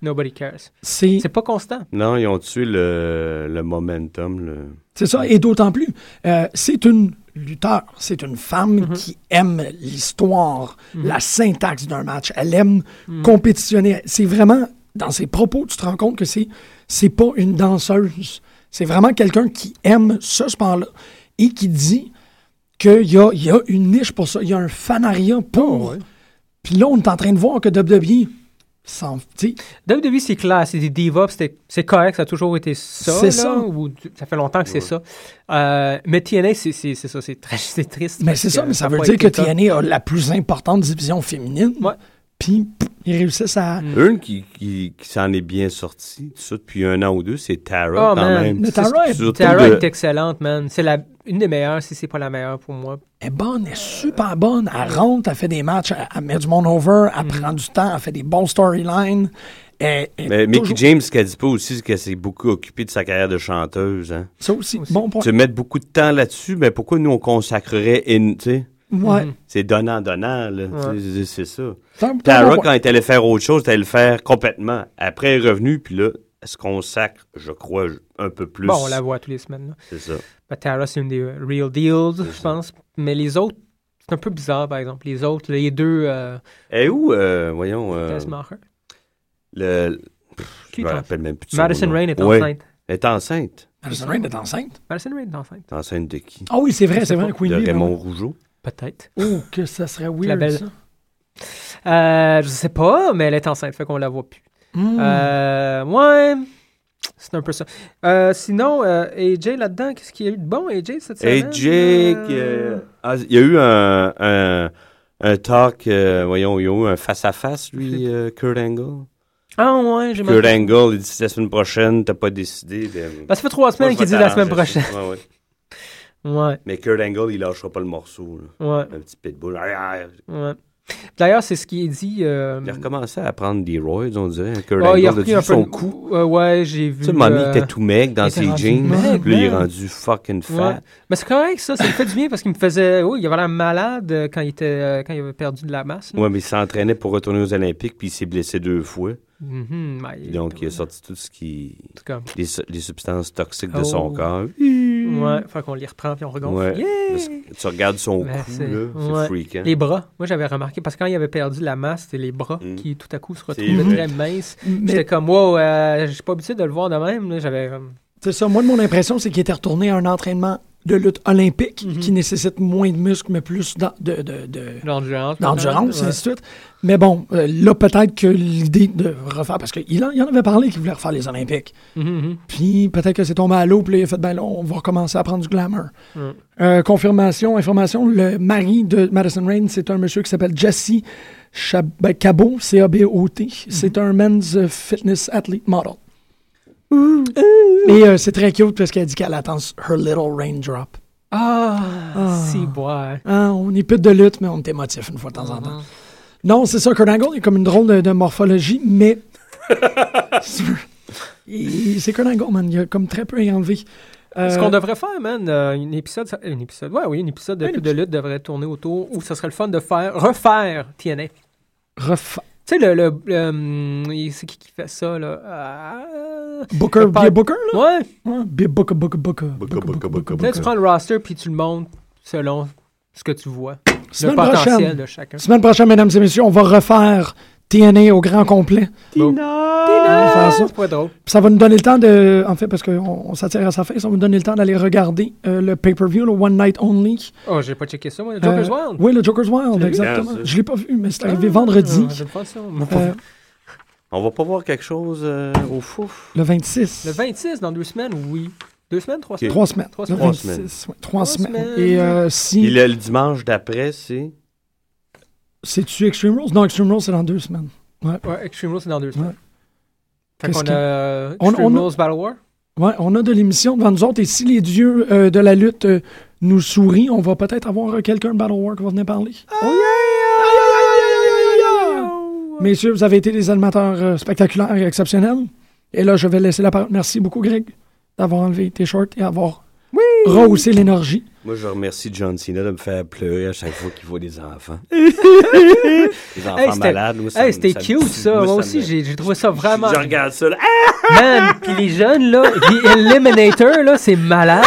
Nobody cares.
C'est
C'est pas constant.
Non, ils ont tué le, le momentum. Le...
C'est ça, et d'autant plus, euh, c'est une lutteur, c'est une femme qui aime l'histoire, la syntaxe d'un match, elle aime compétitionner. C'est vraiment, dans ses propos, tu te rends compte que c'est, c'est pas une danseuse, c'est vraiment quelqu'un qui aime ce sport-là et qui dit qu'il y a, il y a une niche pour ça, il y a un fanariat pour. Puis là, on est en train de voir que WWE s'en... tu sais,
WWE, E, c'est clair, c'est des divas, puis c'était- c'est correct, ça a toujours été ça.
C'est
là,
ça.
Ou du- ça fait longtemps que c'est ça. Euh, mais TNA, c'est c'est- c'est ça, c'est tra- c'est triste.
Mais
parce
c'est ça,
que
mais ça
a
veut
pas
dire
été
que
le top.
TNA a la plus importante division féminine.
Ouais.
Puis pff, ils réussissent à...
Une qui, qui, qui s'en est bien sortie, tout ça, depuis un an ou deux, c'est Tara,
Oh,
quand
man.
même.
Mais Tara est-
Surtout
Tara
de-
est excellente, man. C'est la- une des meilleures, si c'est pas la meilleure pour moi.
Elle est bonne, elle est super bonne. Elle rentre, elle fait des matchs, elle, elle met du monde over, elle
Mm-hmm.
prend du temps, elle fait des bons storylines. Elle- elle
Mais
est
Mickey
toujours-
James, ce qu'elle dit pas aussi, c'est qu'elle s'est beaucoup occupée de sa carrière de chanteuse. Hein.
Ça aussi, bon point.
Tu mets beaucoup de temps là-dessus, mais pourquoi nous on consacrerait. in- tu sais,
Ouais.
Mm-hmm.
C'est donnant-donnant, là. Tu sais, C'est c'est ça.
T'as- t'as un
Tara,
bon point.
quand elle est allée faire autre chose, elle est allée le faire complètement. Après, elle est revenue, puis là, elle se consacre, je crois, un peu plus.
Bon, on la voit tous les semaines. là.
C'est ça.
Ben, Tara, c'est une des euh, real deals, je pense. Mais les autres, c'est un peu bizarre, par exemple. Les autres, les deux, euh,
Et où, euh, voyons, euh,
Tess Maher.
le. pff,
Qui
je me
est en-
rappelle même plus. de son
Madison
nom.
Rain est
Ouais.
enceinte.
Elle est enceinte.
Madison Rain est enceinte.
Madison Rain est enceinte.
T'es enceinte de qui
Ah oui, c'est vrai, c'est vrai, Queen
De
Bee,
Raymond
vraiment.
Rougeau.
Peut-être.
Oh, que ça serait weird,
La belle.
ça.
Euh, je sais pas, mais elle est enceinte, fait qu'on la voit plus.
Hmm.
Euh, ouais, c'est un peu ça. Euh, sinon, euh, AJ là-dedans, qu'est-ce qu'il y a eu de bon, AJ, cette semaine?
AJ, euh, ah, il y a eu un, un, un talk, euh, voyons, il y a eu un face-à-face, lui, euh, Kurt Angle.
Ah ouais, j'ai
Kurt
manqué.
Angle, il dit la semaine prochaine, t'as pas décidé. Ben,
Parce que ça fait trois
moi,
semaines
je
qu'il
vais
dit la semaine
t'arranger,
prochaine.
ça. Ouais, ouais.
Ouais,
Mais Kurt Angle, il lâchera pas le morceau. là.
ouais,
Un petit pitbull. Ah, ah,
ouais. D'ailleurs, c'est ce qu'il dit. euh,
Il a recommencé à prendre des roids, on dirait. hein, Kurt
Ah,
Angle,
il a
a
repris
dû
un peu
son
de-
coup.
Euh, ouais, j'ai vu.
Tu sais, mamie
euh,
était tout mec
il
dans
était
ses
rendu
jeans.
maigre,
Puis là, il est
man.
rendu fucking
Ouais.
fat.
Mais c'est correct, ça. Ça me fait du bien parce qu'il me faisait. Oh, il avait l'air malade euh, quand il, était, euh, quand il avait perdu de la masse. là.
Ouais, mais il s'entraînait pour retourner aux Olympiques, puis il s'est blessé deux fois.
Mhm, ouais,
Puis donc, il a
était-
sorti tout ce qui.
en tout cas,
les, su- les substances toxiques de
Oh.
son corps.
Mm.
Ouais, faut qu'on les reprend puis on regonfle.
Ouais.
Yeah!
Parce que Tu regardes son
Ben,
cou,
c'est-
là, c'est
ouais.
freakant.
Les bras. Moi, j'avais remarqué parce que quand il avait perdu la masse, c'était les bras
Mm.
qui tout à coup se
C'est
retrouvaient
vrai.
très minces.
Mais
J'étais comme, wow, euh, je suis pas habitué de le voir de même. là. J'avais. euh,
c'est ça, moi, de mon impression, c'est qu'il était retourné à un entraînement de lutte olympique
Mm-hmm.
qui nécessite moins de muscles, mais plus d'en- de- de- de,
D'endurance.
d'endurance,
Ouais.
ainsi de suite. Mais bon, euh, là, peut-être que l'idée de refaire, parce qu'il en, il en avait parlé qu'il voulait refaire les Olympiques.
Mhm, mhm.
Puis peut-être que c'est tombé à l'eau, puis là, il a fait, ben là, on va recommencer à prendre du glamour.
Mm.
Euh, confirmation, information, le mari de Madison Rain, c'est un monsieur qui s'appelle Jesse Chab- ben, Cabot, C-A-B-O-T.
Mm-hmm.
C'est un men's euh, fitness athlete model. Et euh, c'est très cute parce qu'elle dit qu'elle attend her little raindrop.
Ah,
Ah.
si, boire.
Hein, on est pute de lutte, mais on est émotif une fois de temps
Mm-hmm.
en temps. Non, c'est ça, Kurt Angle, il a comme une drôle de, de morphologie, mais. Il- c'est Kurt Angle, man. Il a comme très peu Euh, enlevé.
Ce qu'on devrait faire, man, euh, un épisode, ça- un épisode, ouais, oui, un épisode de, de lutte devrait tourner autour où ça serait le fun de faire, refaire TNA. Tu sais, le, le, le, hum, il- c'est qui qui fait ça, là? Ah,
Booker,
Le pa-
Bia Booker, là?
ouais,
Ouais, Bia Booker, Booker, Booker. Booker, Booker,
tu sais, tu prends le roster puis tu le montes selon ce que tu vois. Le
Semaine
potentiel
prochaine,
de chacun.
semaine prochaine, mesdames et messieurs, on va refaire TNA au grand complet. On va faire ça.
C'est pas drôle.
Puis Ça va nous donner le temps de. En fait, parce qu'on on, s'attire à sa face, ça va nous donner le temps d'aller regarder euh, le pay-per-view, le One Night Only.
Oh, j'ai pas checké ça, moi. Joker's
Euh,
Wild.
Oui, le Joker's Wild,
C'est
exactement.
bien, ça.
Je l'ai pas vu, mais c'est arrivé vendredi,
Ah, je pense ça.
euh,
On va pas voir quelque chose euh, au fouf.
le 26.
Le 26, dans deux semaines, oui. Deux semaines, trois semaines.
Trois semaines.
Trois
Le
semaines.
26, ouais, trois
Trois
semaines.
semaines.
Et euh,
Et
si.
le, le dimanche d'après, c'est.
C'est-tu Extreme Rules? Non, Extreme Rules, c'est dans deux semaines.
Ouais, Extreme Rules, c'est dans deux semaines.
Ouais.
Fait
Qu'est-ce
qu'on
que-
a
On-
Extreme
on a-
Rules Battle War.
Ouais, on a de l'émission devant nous autres. Et si les dieux euh, de la lutte euh, nous sourient, on va peut-être avoir euh, quelqu'un de Battle War qui va venir parler.
Ah.
Messieurs, vous avez été des animateurs euh, spectaculaires et exceptionnels. Et là, je vais laisser la parole. Merci beaucoup, Greg, d'avoir enlevé tes shorts et avoir rehaussé l'énergie.
Moi, je remercie John Cena de me faire pleurer à chaque fois qu'il voit des enfants. des enfants
Hey, c'était-
malades. Moi, ça
Hey,
me-
c'était
ça me-
cute ça. Moi,
ça me-
aussi, j'ai j'ai trouvé ça vraiment.
Je regarde ça. là. Ah!
Man, pis les jeunes, là, The Eliminator, là, c'est malade.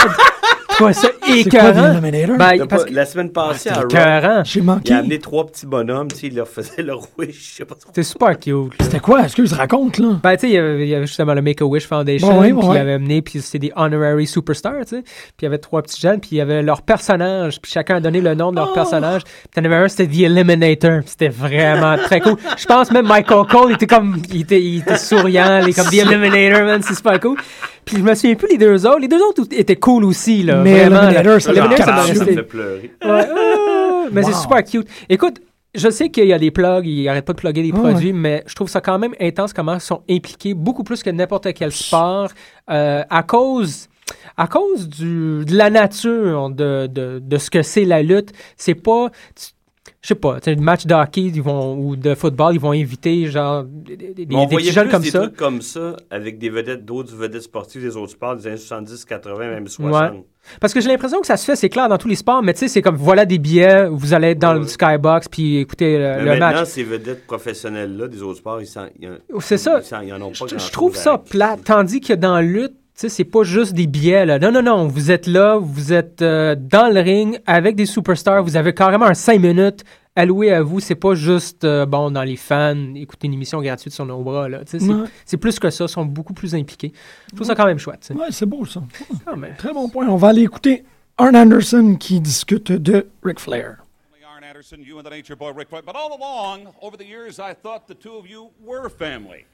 Je trouve ça
C'est quoi, The
écœurant.
Eliminator?
T'as
Ben,
pas-
parce que
La semaine passée, à
c'est
Raw,
écœurant.
J'ai
il
manqué.
a amené trois petits bonhommes. tu sais, Il leur faisait leur wish. Je sais pas trop.
C'était super cute. là.
C'était quoi? Excuse, raconte, là.
Ben, tu sais, il y avait- il y avait justement le Make-A-Wish Foundation,
Bon, ouais,
puis
ouais.
il avait amené, puis c'est des honorary superstars, tu sais. Puis il y avait trois petits jeunes, puis il y avait leurs personnages, puis chacun a donné le nom de
Oh!
leur personnage. Puis t'en avais un, c'était The Eliminator, puis c'était vraiment très cool. Je pense même Michael Cole, il était comme, il était, il était souriant, il est comme The Eliminator, man, c'est super cool. Puis je me souviens plus les deux autres. Les deux autres étaient cool aussi, là.
Mais
vraiment, là.
Eliminator, c'est
J'en
Eliminator,
ça
parle,
doit
Ah, ça me
rester.
fait pleurer.
Ouais. Ah, mais c'est
Wow.
super cute. Écoute, je sais qu'il y a des plugs, ils n'arrêtent pas de plugger des
Ouais,
produits, mais je trouve ça quand même intense comment ils sont impliqués beaucoup plus que n'importe quel sport euh, à cause. À cause du, de la nature de, de, de ce que c'est la lutte, c'est pas. tu- Je sais pas, tu sais, le match de hockey ils vont, ou de football, ils vont inviter genre des, des- des-
Mais on
des
voyait
petits jeunes
plus
comme
des
ça.
trucs comme ça avec des vedettes d'autres vedettes sportives des autres sports des années 70, 80, même 60.
Ouais. Parce que j'ai l'impression que ça se fait, c'est clair dans tous les sports, mais tu sais, c'est comme voilà des billets, vous allez être dans
Ouais,
le
ouais.
skybox puis écouter euh,
Mais
le match.
maintenant, ces vedettes professionnelles-là des autres sports, ils s'en- ils en-
C'est ça.
ils s'en- ils en ont pas
Je, je
grand-chose
trouve
à-
ça plate. Tandis que dans la lutte, tu sais, c'est pas juste des billets. Là. Non, non, non. Vous êtes là, vous êtes euh, dans le ring avec des superstars. Vous avez carrément un 5 minutes alloué à vous. C'est pas juste, euh, bon, dans les fans, écouter une émission gratuite sur nos bras. Là. Tu sais, C'est
Ouais.
c'est plus que ça. Ils sont beaucoup plus impliqués. Je trouve ça quand même chouette. tu sais.
Ouais, c'est beau, ça.
Ah, mais-
Très bon point. On va aller écouter Arn Anderson qui discute de Ric Flair.
Arn Anderson, you and the Nature Boy Rick Flair. But all along, over the years, I thought the two of you were family.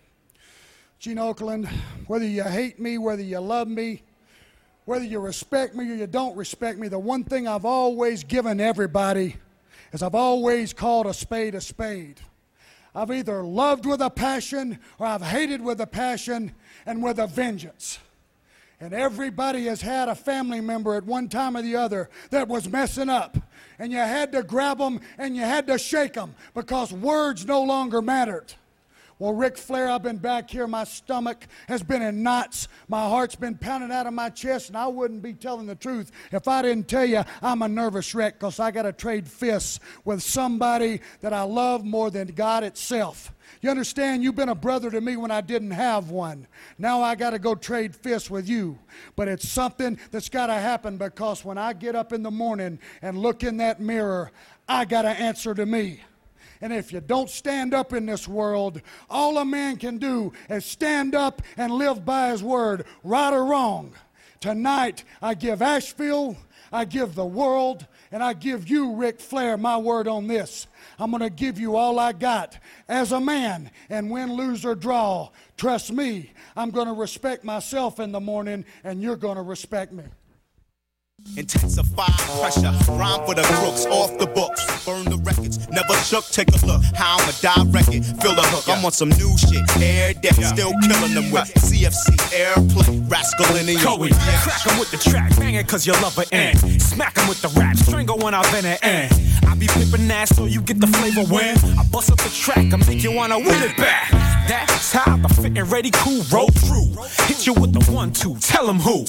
Gene Oakland, whether you hate me, whether you love me, whether you respect me or you don't respect me, the one thing I've always given everybody is I've always called a spade a spade. I've either loved with a passion or I've hated with a passion and with a vengeance. And everybody has had a family member at one time or the other that was messing up. And you had to grab them and you had to shake them because words no longer mattered. Well, Ric Flair, I've been back here. My stomach has been in knots. My heart's been pounding out of my chest, and I wouldn't be telling the truth if I didn't tell you I'm a nervous wreck because I got to trade fists with somebody that I love more than God itself. You understand, you've been a brother to me when I didn't have one. Now I got to go trade fists with you. But it's something that's got to happen because when I get up in the morning and look in that mirror, I got to answer to me. And if you don't stand up in this world, all a man can do is stand up and live by his word, right or wrong. Tonight, I give Asheville, I give the world, and I give you, Ric Flair, my word on this. I'm going to give you all I got as a man, and win, lose, or draw. Trust me, I'm going to respect myself in the morning, and you're going to respect me.
Intensify pressure, rhyme for the crooks, off the books. Burn the records, never shook, take a look. How I'ma direct it, feel the hook. I'm on some new shit, air death, still killing them with CFC, airplay, rascality.
Coey, crack 'em with the track, bang it cause you love it, and smack 'em with the rap, strangle when I've been it, and I be pimpin' ass so you get the flavor when I bust up the track, I make you wanna win it back. That's how the fit and ready cool roll through. Hit you with the one two, tell 'em who.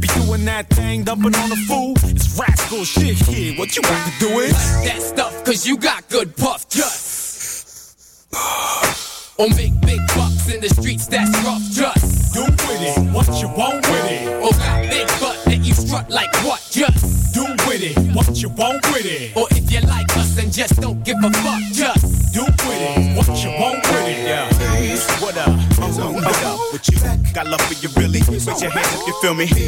Be doing that thing, dumping on the fool. It's rascal shit here, what you got to do is.
that stuff cause you got good puff just or make big bucks in the streets that's rough just do with it what you want with it or got big butt that you strut like what just do with it what you want with it or if you like us and just don't give a fuck just do with it what you want with it
Yeah. What up? I'm what up with you. Got love for you, really. Raise your hands if you feel me.